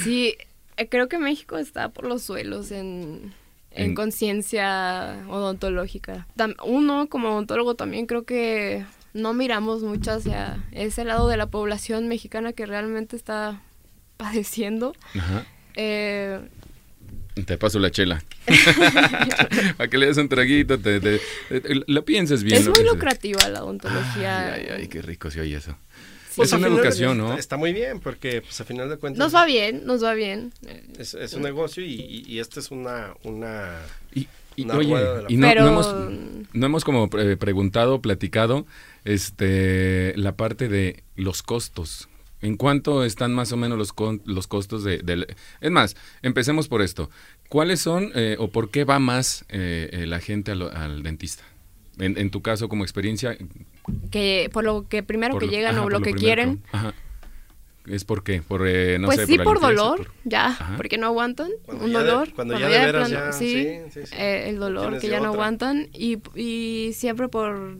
D: Sí, eh, creo que México está por los suelos en, en
A: En-
D: conciencia odontológica. Tam- uno como odontólogo también creo que no miramos mucho hacia ese lado de la población mexicana que realmente está padeciendo.
A: Ajá.
D: Eh,
A: Te paso la chela. Para que le des un traguito, te, te- te- lo pienses bien.
D: es
A: lo
D: muy
A: pienses.
D: lucrativa la odontología.
A: Ay, ay, ay, qué rico se oye eso.
B: Pues,
A: es
B: a
A: una
B: final de-
A: educación, ¿no?
B: Está, está muy bien, porque pues, a final de cuentas
D: Nos va bien, nos va bien.
B: es, es un negocio y, y, y esta es una, una
A: Y, y,
B: Una
A: oye,
B: rueda de la
A: y no,
D: Pero- mm.
A: no hemos, no hemos como eh, preguntado, platicado, este, la parte de los costos. ¿En cuánto están más o menos los, con- los costos de, del- Es más, empecemos por esto. ¿Cuáles son eh, o por qué va más eh, eh, la gente a lo- al dentista? En, en tu caso, como experiencia...
D: que por lo que primero
A: por
D: que
A: lo-
D: llegan
A: ajá,
D: o
A: por
D: lo que
A: primero
D: quieren.
A: ajá. ¿Es por qué? Por, eh, no
D: pues
A: sé,
D: sí, por,
A: la limpieza,
D: dolor,
A: por-
D: ya,
A: Ajá.
D: porque no aguantan
B: Cuando
D: un
B: ya de-
D: dolor.
B: cuando ya de veras ya,
D: sí,
B: sí, sí, sí.
D: eh, el dolor
B: Tienes
D: que
B: de
D: ya no
B: otra.
D: aguantan y, y siempre por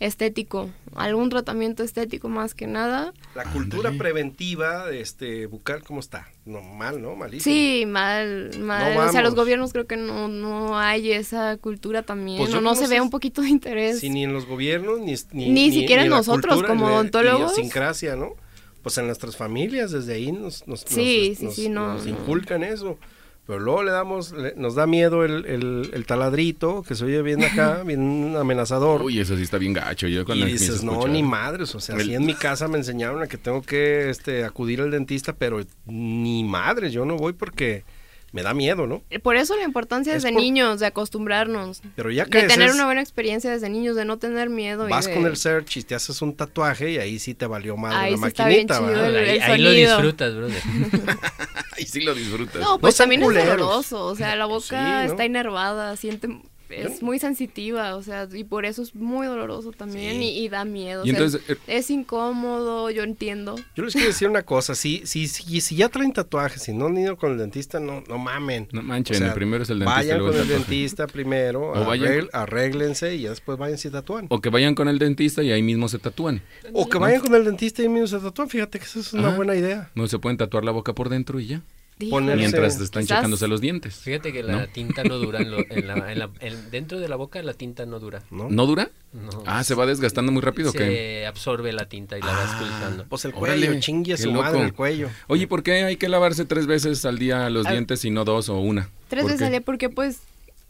D: estético, algún tratamiento estético más que nada.
B: La cultura
A: Ándale.
B: preventiva este bucal, ¿cómo está? No, mal, ¿no? Malísimo.
D: Sí, mal, mal.
B: No
D: o sea, los
B: vamos.
D: gobiernos creo que no, no hay esa cultura también,
B: Pues yo
D: o no
B: creo
D: se
B: que
D: ve
B: es-
D: un poquito de interés.
B: Sí, ni en los gobiernos, ni, ni,
D: Ni siquiera
B: en la
D: nosotros como
B: ni la-
D: odontólogos.
B: Ni la idiosincrasia, ¿no? Pues en nuestras familias, desde ahí nos, nos,
D: Sí,
B: nos-
D: sí,
B: nos-
D: sí, no,
B: nos
D: no.
B: inculcan eso. Pero luego le damos, le- nos da miedo el, el- el taladrito, que se oye bien acá, bien amenazador.
A: Uy, eso sí está bien gacho. Yo cuando
B: y
A: empiezo a
B: dices, no,
A: escuchar-
B: ni madres, o sea,
A: El-
B: sí en mi casa me enseñaron a que tengo que este, acudir al dentista, pero ni madres, yo no voy porque me da miedo, ¿no?
D: Por eso la importancia
B: Es
D: desde
B: por-
D: niños, de acostumbrarnos,
B: Pero ya
D: de
B: creces,
D: tener una buena experiencia desde niños, de no tener miedo. y
B: vas
D: de-
B: con el search y te haces un tatuaje y ahí sí te valió madre
D: Ahí
B: la
D: sí está bien
B: maquinita,
D: chido
B: ¿verdad?
D: el- el
C: ahí, ahí lo
D: sonido.
C: disfrutas, brother.
A: Ay, sí lo disfrutas.
D: No, pues
B: sean
D: también es
B: culeros.
D: doloroso, o sea, la boca
B: Sí, ¿no?
D: está inervada, siente es muy sensitiva, o sea, y por eso es muy doloroso también
A: Sí.
D: y, y da miedo. o
A: Y
D: sea,
A: entonces, eh,
D: es incómodo, yo entiendo.
B: Yo les quiero decir una cosa, si, si, si, si ya traen tatuajes y no han ido con el dentista, no, no mamen.
A: no manchen,
B: O sea,
A: el primero es el dentista.
B: vayan
A: luego
B: con
A: el
B: el
A: tatuaje.
B: dentista primero,
A: O vayan
B: arregl- arréglense y ya después vayan si tatúan.
A: O que vayan con el dentista y ahí mismo se tatúan.
B: O que vayan con el dentista y mismo se tatúan, fíjate que esa es una
A: Ajá.
B: buena idea.
A: No se pueden tatuar la boca por dentro y ya.
B: Poner-
D: Híjole.
A: Mientras están
D: Quizás-
A: checándose los dientes.
C: Fíjate que la tinta no dura en lo- en la- en la- en- dentro de la boca la tinta no dura.
B: ¿No?
A: ¿No dura?
C: No.
A: Ah, se va desgastando muy rápido. o
C: se
A: qué? Ah,
C: absorbe la tinta y la vas pulsando.
B: Pues el
A: Órale,
B: cuello, chingue a
A: qué
B: su madre
A: loco.
B: el cuello.
A: Oye, ¿por qué hay que lavarse tres veces al día los
D: Ah.
A: dientes y no dos o una?
D: Tres
A: ¿Por
D: veces
A: qué?
D: al día porque pues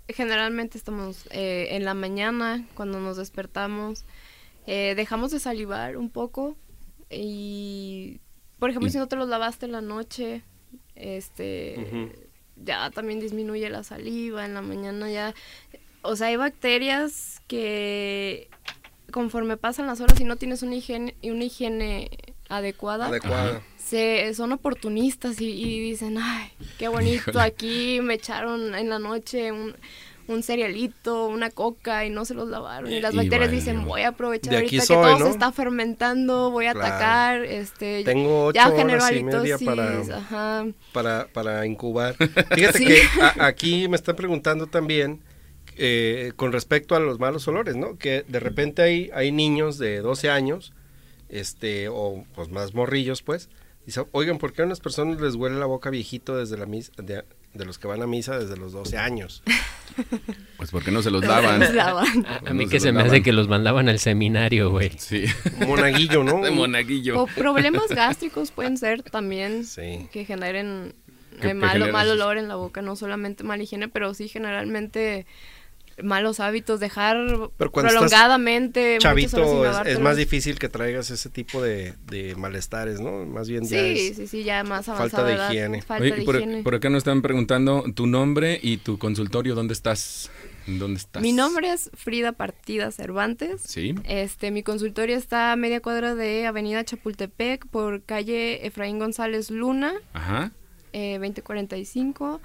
D: generalmente estamos eh, en la mañana cuando nos despertamos, eh, dejamos de salivar un poco y por ejemplo
A: Y-
D: si no te los lavaste en la noche, este ya también disminuye la saliva, en la mañana ya, o sea hay bacterias que conforme pasan las horas y no tienes una higiene, una higiene adecuada,
B: Adecuado.
D: se, son oportunistas y, y dicen, ay, qué bonito
A: Híjole.
D: aquí, me echaron en la noche un, un cerealito, una coca y no se los lavaron. Y las
A: Y
D: bacterias
A: valió.
D: dicen, voy a aprovechar
B: De aquí
D: ahorita
B: soy,
D: que todo
B: ¿no?
D: se está fermentando, voy a
B: Claro.
D: atacar, este,
B: Tengo ocho
D: ya genero
B: horas y media
D: halitosis,
B: para-
D: ajá.
B: para, para incubar. Fíjate
D: Sí.
B: que a- aquí me están preguntando también eh, con respecto a los malos olores, ¿no? Que de repente hay, hay niños de 12 años, este, o pues más morrillos, pues, dicen, oigan, ¿por qué a unas personas les huele la boca viejito desde la misa, de, de los que van a misa desde los 12 años?
A: Pues porque no se los
D: Los
A: lavan.
D: lavan.
C: A, a
A: Cuando
C: mí
A: se
C: que
A: los
C: se me
A: lavan.
C: hace que los mandaban al seminario, güey.
A: Sí.
B: Monaguillo, ¿no?
A: De monaguillo.
D: O problemas gástricos pueden ser también
B: Sí.
D: que generen
A: Que-
D: eh,
A: que
D: malo,
A: generen
D: mal
A: sus-
D: olor en la boca, no solamente mala higiene, pero sí generalmente malos hábitos, dejar
B: Pero cuando estás
D: prolongadamente muchas horas sin
B: Chavito, es, es
D: lavártelos.
B: más difícil que traigas ese tipo de, de malestares, ¿no? Más bien ya
D: Sí,
B: es-
D: sí, sí, ya más
B: falta
D: avanzada
B: de
D: edad,
B: higiene.
D: Falta
A: Oye,
D: de
A: y por,
D: higiene.
A: por acá nos están preguntando tu nombre y tu consultorio. ¿Dónde estás? ¿Dónde estás?
D: Mi nombre es Frida Partida Cervantes.
A: Sí.
D: Este, mi consultorio está a media cuadra de Avenida Chapultepec por calle Efraín González Luna.
A: Ajá.
D: eh, 2045,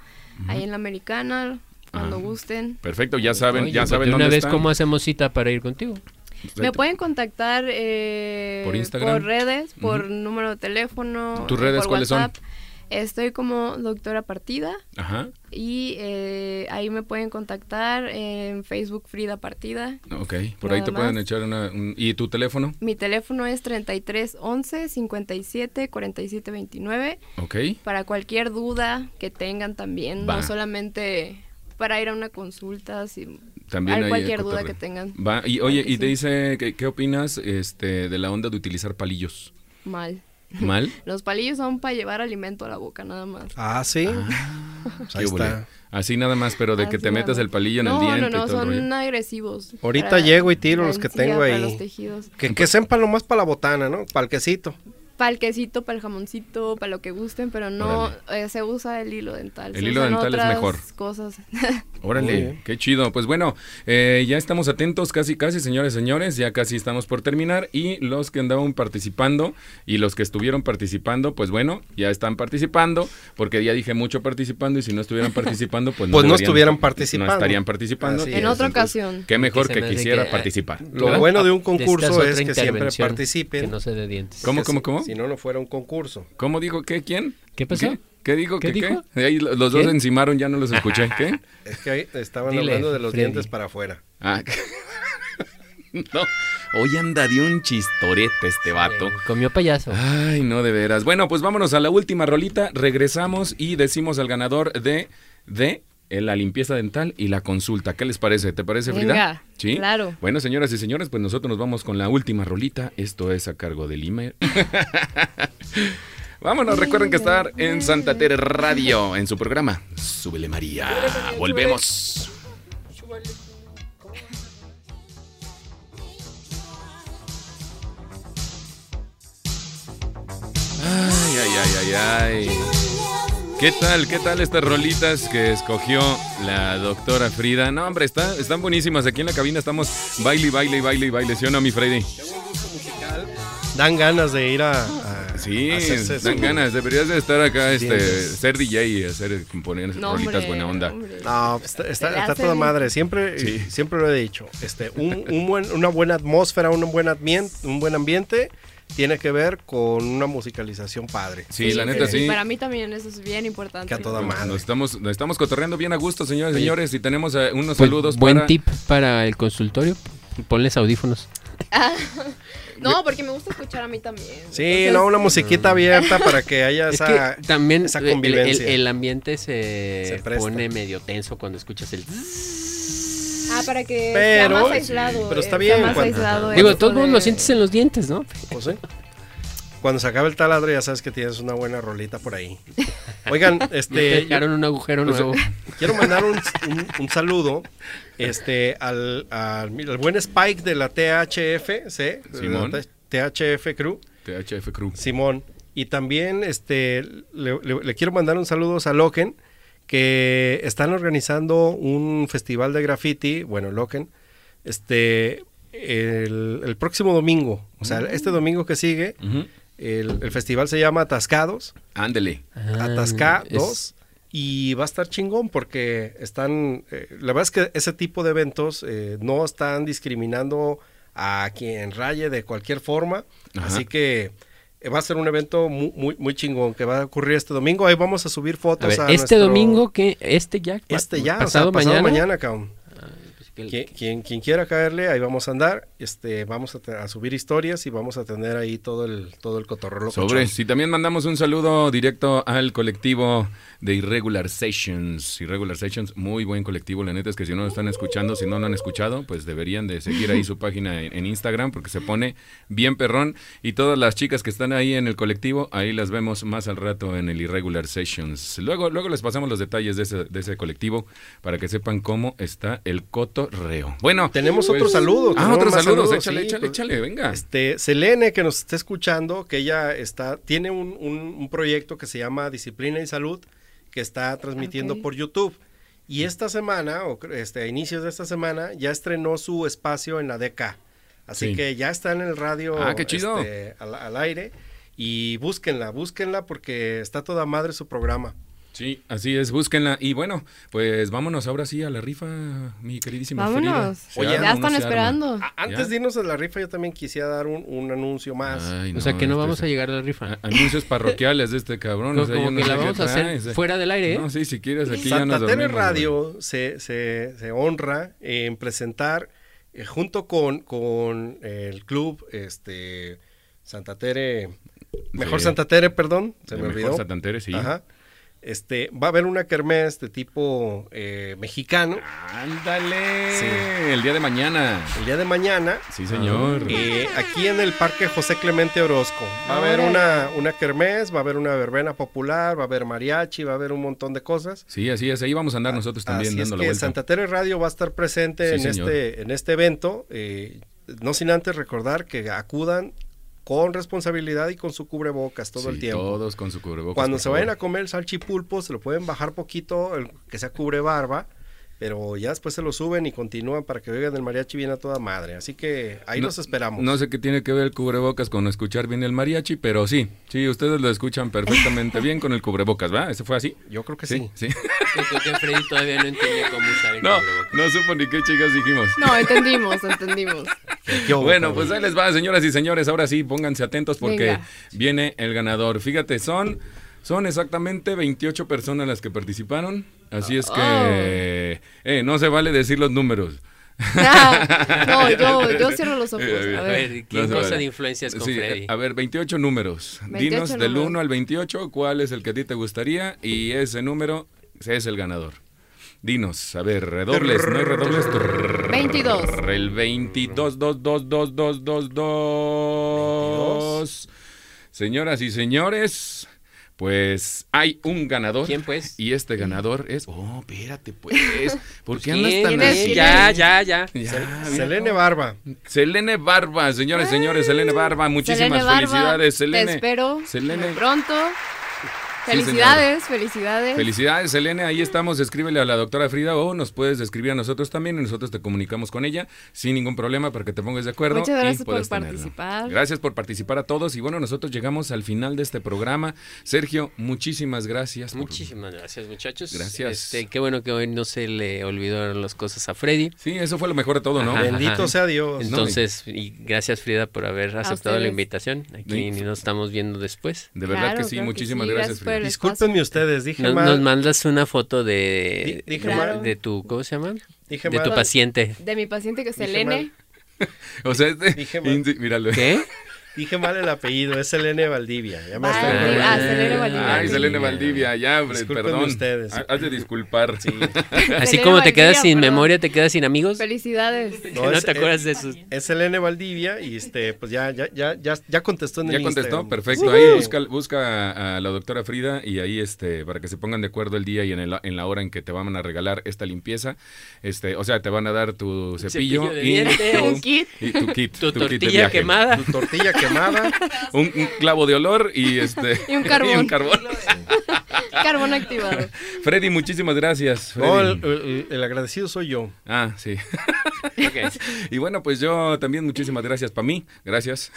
D: ahí en la Americana, cuando
A: Ajá.
D: gusten.
A: Ah, Perfecto, ya saben,
C: Oye,
A: ya
C: pues,
A: saben
C: de una
A: dónde
C: vez,
A: están. Pues,
C: ¿cómo hacemos cita para ir contigo?
A: Exacto.
D: Me pueden contactar eh,
A: ¿Por Instagram?
D: por redes, por
A: Ujú.
D: número de teléfono.
A: ¿Tus
D: eh,
A: redes
D: por
A: cuáles son?
D: WhatsApp. Estoy como doctora partida
A: Ajá.
D: y eh, ahí me pueden contactar en Facebook Frida Partida.
A: Ok, por
D: Nada
A: ahí te
D: más.
A: pueden echar una... un- ¿Y tu teléfono?
D: Mi teléfono es 33 11 57 47 29.
A: Ok.
D: Para cualquier duda que tengan también,
A: Va.
D: no solamente para ir a una consulta, si
A: También
D: hay
A: hay
D: cualquier
A: eh,
D: duda
A: cotorreo.
D: que tengan.
A: Va, y oye,
D: Claro que
A: y te
D: sí.
A: dice, ¿qué, qué opinas este, de la onda de utilizar palillos?
D: Mal.
A: ¿Mal?
D: Los palillos son para llevar alimento a la boca, nada más.
B: Ah, sí. Pues ahí
A: Qué huele.
B: está.
A: Así nada más, pero de que
D: Así
A: te
D: nada
A: metas
D: más.
A: el palillo en
D: no,
A: el diente
D: No,
A: y
D: no,
A: todo el rollo.
D: son agresivos.
B: Ahorita
D: para
B: llego y tiro
D: la
B: los que
D: encía,
B: tengo
D: para
B: ahí.
D: los tejidos.
B: Que, que sepan lo más para la botana, ¿no? Para el quesito.
D: Para el quesito, para el jamoncito, para lo que gusten, pero no eh, se usa el hilo dental.
A: El
D: se
A: hilo
D: usan
A: dental es
D: otras
A: mejor.
D: cosas.
A: Órale,
B: Muy bien.
A: qué chido. Pues bueno, eh, ya estamos atentos casi, casi, señores, señores. Ya casi estamos por terminar. Y los que andaban participando y los que estuvieron participando, pues bueno, ya están participando. Porque ya dije mucho participando y si no estuvieran participando, pues no,
B: Pues no
A: deberían-
B: estuvieran participando.
A: No estarían participando.
B: Así
D: En
B: es,
D: otra
A: Entonces,
D: ocasión.
A: Qué mejor
C: se
A: que
C: me hace
A: quisiera
C: que-
A: participar.
B: Lo
C: ¿Verdad? Ah,
B: bueno de un
C: Necesitas
B: concurso
C: otra
B: es que siempre
C: intervención,
B: participen.
C: Que no se dé dientes.
A: ¿Cómo,
B: Que
A: cómo,
B: si-
A: cómo?
B: Si no, no fuera un concurso.
A: ¿Cómo dijo? ¿Qué? ¿Quién?
C: ¿Qué pasó?
A: ¿Qué, ¿Qué dijo?
C: ¿Qué
A: ¿Qué, qué?
C: dijo?
A: Ahí lo- los dos
C: ¿Qué?
A: encimaron, ya no los escuché. ¿Qué?
B: Es que ahí estaban
C: Dile,
B: hablando de los
C: Freddy.
B: dientes para afuera.
A: Ah, no. Hoy anda de un chistorete este vato.
C: Eh, comió payaso.
A: Ay, no de veras. Bueno, pues vámonos a la última rolita, regresamos y decimos al ganador de de eh, la limpieza dental y la consulta. ¿Qué les parece? ¿Te parece, Frida?
D: Venga, claro.
A: Bueno, señoras y señores, pues nosotros nos vamos con la última rolita. Esto es a cargo de Lima. Vámonos, recuerden que estar en Santa Tere Radio, en su programa Súbele María. Volvemos. Ay, ay, ay, ay, ay. ¿Qué tal? ¿Qué tal estas rolitas que escogió la doctora Frida? No, hombre, está, están buenísimas. Aquí en la cabina estamos baile, y baile, y baile, y baile. ¿Sí o no, mi Freddy?
B: Dan ganas de ir a, a
A: Sí,
B: Hacerse
A: dan
B: su-
A: ganas. Deberías de estar acá,
B: Sí.
A: este, ser DJ y hacer componer
D: No, hombre,
A: rolitas buena onda.
D: hombre.
B: No, pues, está, está-
D: Se le
B: está
D: hace
B: toda
D: bien.
B: madre. Siempre,
A: Sí.
B: siempre lo he dicho. Este, un, un buen- una buena atmósfera, un buen, ambiente, un buen ambiente tiene que ver con una musicalización padre.
A: Sí, la neta
B: eh,
A: sí.
D: Para mí también eso es bien importante.
B: Que a toda
A: Nos-
B: madre.
A: Nos estamos, nos estamos cotorreando bien a gusto, señores y
B: Oye.
A: señores, y tenemos eh, unos
C: Pues,
A: saludos
C: buen
A: para...
C: tip para el consultorio. Ponles audífonos.
D: No, porque me gusta escuchar a mí también.
B: Sí,
D: Entonces,
B: no, una musiquita abierta para que haya
C: Es
B: esa...
C: que también
B: esa
C: el- el-
B: convivencia.
C: El, ambiente se,
B: Se presta.
C: pone medio tenso cuando escuchas el...
D: Ah, para que
B: Pero-
D: sea más aislado.
B: pero está
D: eh,
B: bien
D: Sea más
B: cuando-
D: aislado
C: Digo,
A: pues,
C: de
D: esto
C: todos modos
D: de-
A: eh,
C: lo sientes en los dientes, ¿no?
B: Pues sí. Cuando se acaba el taladro ya sabes que tienes una buena rolita por ahí. Oigan,
C: Te
B: este,
C: dejaron un agujero
B: pues,
C: nuevo.
B: quiero mandar un, un- un saludo este, al, al- mira, al buen Spike de la THF, ¿sí?
A: Simón.
B: La THF Crew,
A: THF Crew.
B: Simón. Y también este, le, le- le quiero mandar un saludo a Loken, que están organizando un festival de graffiti, bueno, Loken, este, el, el próximo domingo, o sea, este domingo que sigue,
A: Ujú.
B: el, el festival se llama Atascados,
A: Ándele.
B: Atascados,
C: Ah, es-
B: y va a estar chingón porque están, eh, la verdad es que ese tipo de eventos eh, no están discriminando a quien raye de cualquier forma,
A: Ajá.
B: así que eh, va a ser un evento mu- muy, muy, chingón que va a ocurrir este domingo, ahí vamos a subir
C: A
B: fotos.
C: ver,
B: a
C: este
B: nuestro-
C: domingo que este ya
B: Este ya,
C: pasado,
B: o sea, pasado
C: mañana,
B: mañana, cabrón.
C: Pues que el-
B: Quien, quien- quien quiera caerle, ahí vamos a andar. Este, vamos a, te- a subir historias y vamos a tener ahí todo el, todo el cotorreo. locochón.
A: Sobre, si también mandamos un saludo directo al colectivo de Irregular Sessions. Irregular Sessions, muy buen colectivo. La neta es que si no lo están escuchando, si no lo han escuchado, pues deberían de seguir ahí su página en, en Instagram porque se pone bien perrón. Y todas las chicas que están ahí en el colectivo, ahí las vemos más al rato en el Irregular Sessions. Luego, luego les pasamos los detalles de ese, de ese colectivo para que sepan cómo está el cotorreo. Bueno,
B: Tenemos
A: pues-
B: otro saludo.
A: Ah,
B: tenemos
A: otros
B: más
A: saludos. Échale,
B: sí,
A: échale,
B: pues,
A: échale, venga.
B: Este, Selene, que nos está escuchando, que ella está, tiene un, un- un proyecto que se llama Disciplina y Salud, que está transmitiendo
D: Ok.
B: por YouTube. Y esta semana, o cre- este, a inicios de esta semana, ya estrenó su espacio en la DK. Así
A: Sí.
B: que ya está en el radio
A: Ah, qué chido.
B: este, al, al aire. Y búsquenla, búsquenla porque está toda madre su programa.
A: Sí, así es, búsquenla. Y bueno, pues vámonos ahora sí a la rifa, mi queridísima
D: Vámonos.
A: Frida. ¿Se
B: Oye,
A: arma
D: ya
A: o no
D: están
A: se
D: esperando.
A: arma?
B: A- Antes
A: Ah, ¿Ya?
B: de irnos a la rifa, yo también quisiera dar un, un anuncio más.
A: Ay,
C: o sea que no
A: este
C: vamos
A: es-
C: a llegar a la rifa.
A: a- Anuncios parroquiales de este cabrón.
C: No,
A: o sea,
C: como
A: yo no
C: que
A: sé
C: la
A: qué
C: vamos a hacer
A: traes.
C: fuera del aire, ¿eh?
A: No, sí, si quieres, aquí ya
B: Santa
A: nos
B: Tere
A: dormimos, güey.
B: Radio se, se- se honra en presentar, eh, junto con, con el club este, Santa Tere, mejor
A: Sí.
B: Santa Tere, perdón, se
A: De
B: me
A: mejor
B: olvidó.
A: Santa Tere, sí.
B: Ajá. Este, va a haber una kermés de tipo eh, mexicano
A: Ándale.
B: Sí.
A: El día de mañana.
B: el día de mañana.
A: Sí, señor.
B: eh, aquí en el Parque José Clemente Orozco. Va a haber una, una kermés, va a haber una verbena popular, va a haber mariachi, va a haber un montón de cosas.
A: Sí, así es. Ahí vamos a andar nosotros también
B: Ah, Así es
A: dando la
B: que
A: vuelta.
B: Santa Tere Radio va a estar presente
A: Sí,
B: en,
A: señor.
B: este, en este evento. eh, no sin antes recordar que acudan con responsabilidad y con su cubrebocas todo
A: Sí,
B: el tiempo.
A: Todos con su cubrebocas.
B: Cuando
A: por
B: se vayan a
A: favor.
B: comer el salchipulpo, se lo pueden bajar poquito, el que sea cubre barba, pero ya después se lo suben y continúan para que oigan el mariachi bien a toda madre. Así que ahí
A: No-
B: los esperamos.
A: No sé qué tiene que ver el cubrebocas con escuchar bien el mariachi, pero sí, sí, ustedes lo escuchan perfectamente bien con el cubrebocas, ¿verdad? ¿Ese fue así?
B: Yo creo que sí.
A: sí.
C: Yo creo que Freddy todavía no entiende cómo usar el
A: No,
C: cubrebocas.
A: no supo ni qué chicas dijimos.
D: No, entendimos, entendimos.
B: Yo,
A: Bueno,
B: cabrón.
A: pues ahí les va, señoras y señores. Ahora sí, pónganse atentos porque
D: Venga.
A: viene el ganador. Fíjate, son, son exactamente 28 personas las que participaron. Así es que eh, no se vale decir los números.
D: Ah, no, yo, yo cierro los ojos.
A: Eh,
D: A
C: A
D: ver.
C: ver, ¿qué
A: No se
C: cosa
A: vale.
C: de influencias con
A: Sí,
C: Freddy?
A: a ver, 28 números.
D: 28
A: Dinos del
D: números.
A: 1 al 28 cuál es el que a ti te gustaría y ese número ese es el ganador. Dinos, a ver, redobles, no hay redobles.
D: 22.
A: El 22, 2, 2, 2, 2, 2, 2. Señoras y señores, pues hay un ganador.
C: ¿Quién, pues?
A: Y este ganador es. Oh, espérate, pues. ¿Por qué andas
C: ¿Quién?
A: tan
D: ¿Quién es?
A: así?
D: ¿Quién
C: Ya,
D: es?
C: ya, ya.
A: Ya, mira.
B: Selene Barba.
A: Selene Barba, señoras y señores, Selene Barba, muchísimas
D: Selene Barba,
A: felicidades,
D: Te
A: Selene.
D: espero.
A: Selene.
D: Selene. Pronto. Felicidades, felicidades.
A: Felicidades, Selene. Ahí estamos. Escríbele a la doctora Frida o nos puedes escribir a nosotros también y nosotros te comunicamos con ella sin ningún problema para que te pongas de acuerdo.
D: Muchas
A: y
D: gracias por
A: puedas tenerlo.
D: participar.
A: Gracias por participar a todos. Y bueno, nosotros llegamos al final de este programa. Sergio, muchísimas gracias. por-
C: Muchísimas gracias, muchachos.
A: Gracias.
C: Este, qué bueno que hoy no se le olvidaron las cosas a Freddy.
A: Sí, eso fue lo mejor de todo, ¿no?
C: Ajá.
B: Bendito sea Dios.
A: No,
C: Entonces, y gracias Frida por haber aceptado la
D: ustedes.
C: invitación. Aquí
A: Sí.
C: ni nos estamos viendo después.
A: De verdad
D: Claro,
A: que sí.
D: claro que
A: Muchísimas
D: sí.
A: gracias.
D: Gracias por
A: Frida.
D: el-
B: Discúlpenme ustedes, dije
C: Nos,
B: mal.
C: nos mandas una foto de,
B: Di- dije
C: de-
B: mal.
C: de tu, ¿cómo se llama?
B: Dije
C: de tu
B: mal.
C: paciente.
D: De mi paciente que es
B: Dije
D: Selene.
B: mal.
A: O sea, este-
B: Dije mal.
A: Indi- míralo.
C: ¿Qué?
B: Dije mal el apellido, es Selene Valdivia. Ya me
D: Valdivia.
B: estoy acordando.
D: Ah, Selene Valdivia.
A: Ay, Selene Valdivia, ya, hombre,
B: Disculpen
A: perdón.
B: ustedes.
A: Ha- Has de disculpar.
C: Así
D: Selena
C: como te
D: Valdivia,
C: quedas sin
D: perdón.
C: memoria, te quedas sin amigos.
D: Felicidades.
C: que
B: No,
C: no
B: es-
C: te acuerdas
B: es-
C: de sus...
B: Es Selene Valdivia y este, pues ya, ya, ya, ya, ya contestó en
A: Ya
B: el
A: contestó,
B: Instagram.
A: perfecto. Ahí busca, busca a- a la doctora Frida y ahí este para que se pongan de acuerdo el día y en, el- en la hora en que te van a regalar esta limpieza. Este, o sea, te van a dar tu cepillo,
C: cepillo de dientes.
A: y,
D: Un
A: tu,
D: kit.
A: y tu kit,
C: Tu,
A: tu kit de
C: tortilla
A: viaje.
C: quemada.
B: Tu tortilla quemada.
A: un, un clavo de olor y este
D: Y un carbón.
A: carbón.
D: Carbón activado.
A: Freddy, muchísimas gracias. Freddy.
B: No, el, el- el agradecido soy yo.
A: Ah, sí. Y bueno, pues yo también muchísimas gracias para mí. Gracias.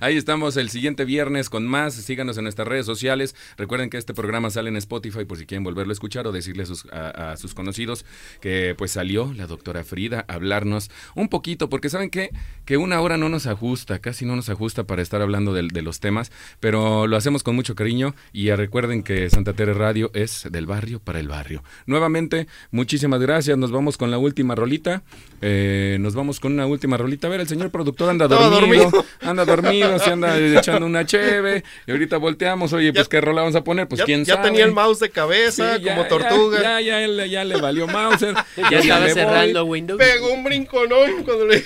A: Ahí estamos el siguiente viernes con más. Síganos en nuestras redes sociales. Recuerden que este programa sale en Spotify por si quieren volverlo a escuchar o decirle a sus, a, a sus conocidos que pues salió la doctora Frida a hablarnos un poquito, porque saben que, que una hora no nos ajusta, casi no nos ajusta para estar hablando del- de, los temas, pero lo hacemos con mucho cariño y ah, recuerden que Santa Tere Radio es del barrio para el barrio. Nuevamente, muchísimas gracias. Nos vamos con la última rolita. Eh, nos vamos con una última rolita. A ver, el señor productor anda
B: Todo
A: dormido.
B: dormido.
A: Anda dormido, se anda echando una cheve. Y ahorita volteamos, oye, pues
B: Ya-
A: qué rola vamos a poner, pues
B: ya,
A: quién
B: ya
A: sabe.
B: tenía el mouse de cabeza,
A: Sí, ya,
B: como tortuga.
A: Ya, ya, ya le, ya le valió Mauser.
C: Ya estaba
A: me voy.
C: cerrando Windows.
B: Pegó un brinco, ¿no? Cuando le...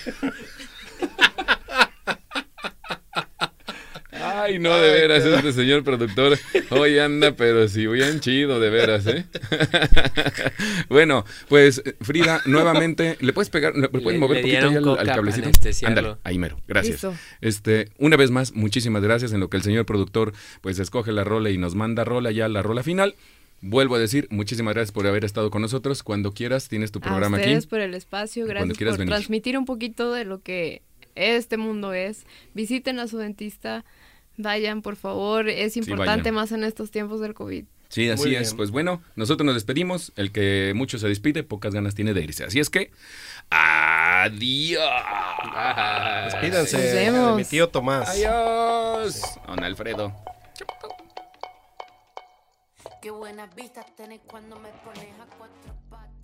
A: Ah, Ay, no, de veras, este señor productor hoy anda, pero sí, bien chido, de veras, ¿eh? bueno, pues, Frida, nuevamente, ¿le puedes pegar, le puedes
C: Le-
A: mover
C: le
A: un poquito ahí
C: dieron
A: al- al,
C: coca para
A: cablecito?
C: anestesiarlo.
A: Ándale, ahí mero, gracias.
D: Listo.
A: Este, una vez más, muchísimas gracias en lo que el señor productor, pues, escoge la rola y nos manda rola ya la rola final. Vuelvo a decir, muchísimas gracias por haber estado con nosotros. Cuando quieras, tienes tu
D: A
A: programa aquí.
D: ustedes por el espacio.
A: Cuando
D: Gracias
A: quieras
D: por
A: venir.
D: transmitir un poquito de lo que este mundo es. Visiten a su dentista. Vayan, por favor. Es importante
A: vayan.
D: más en estos tiempos del COVID.
A: Sí, así es.
B: bien.
A: Pues bueno, nosotros nos despedimos. El que mucho se despide, pocas ganas tiene de irse. Así es que, adiós.
B: Despídanse
D: Nos
B: de
D: vemos.
B: mi tío Tomás.
A: Adiós. Don Alfredo.
E: Qué buenas vistas tenés cuando me pones a cuatro patas.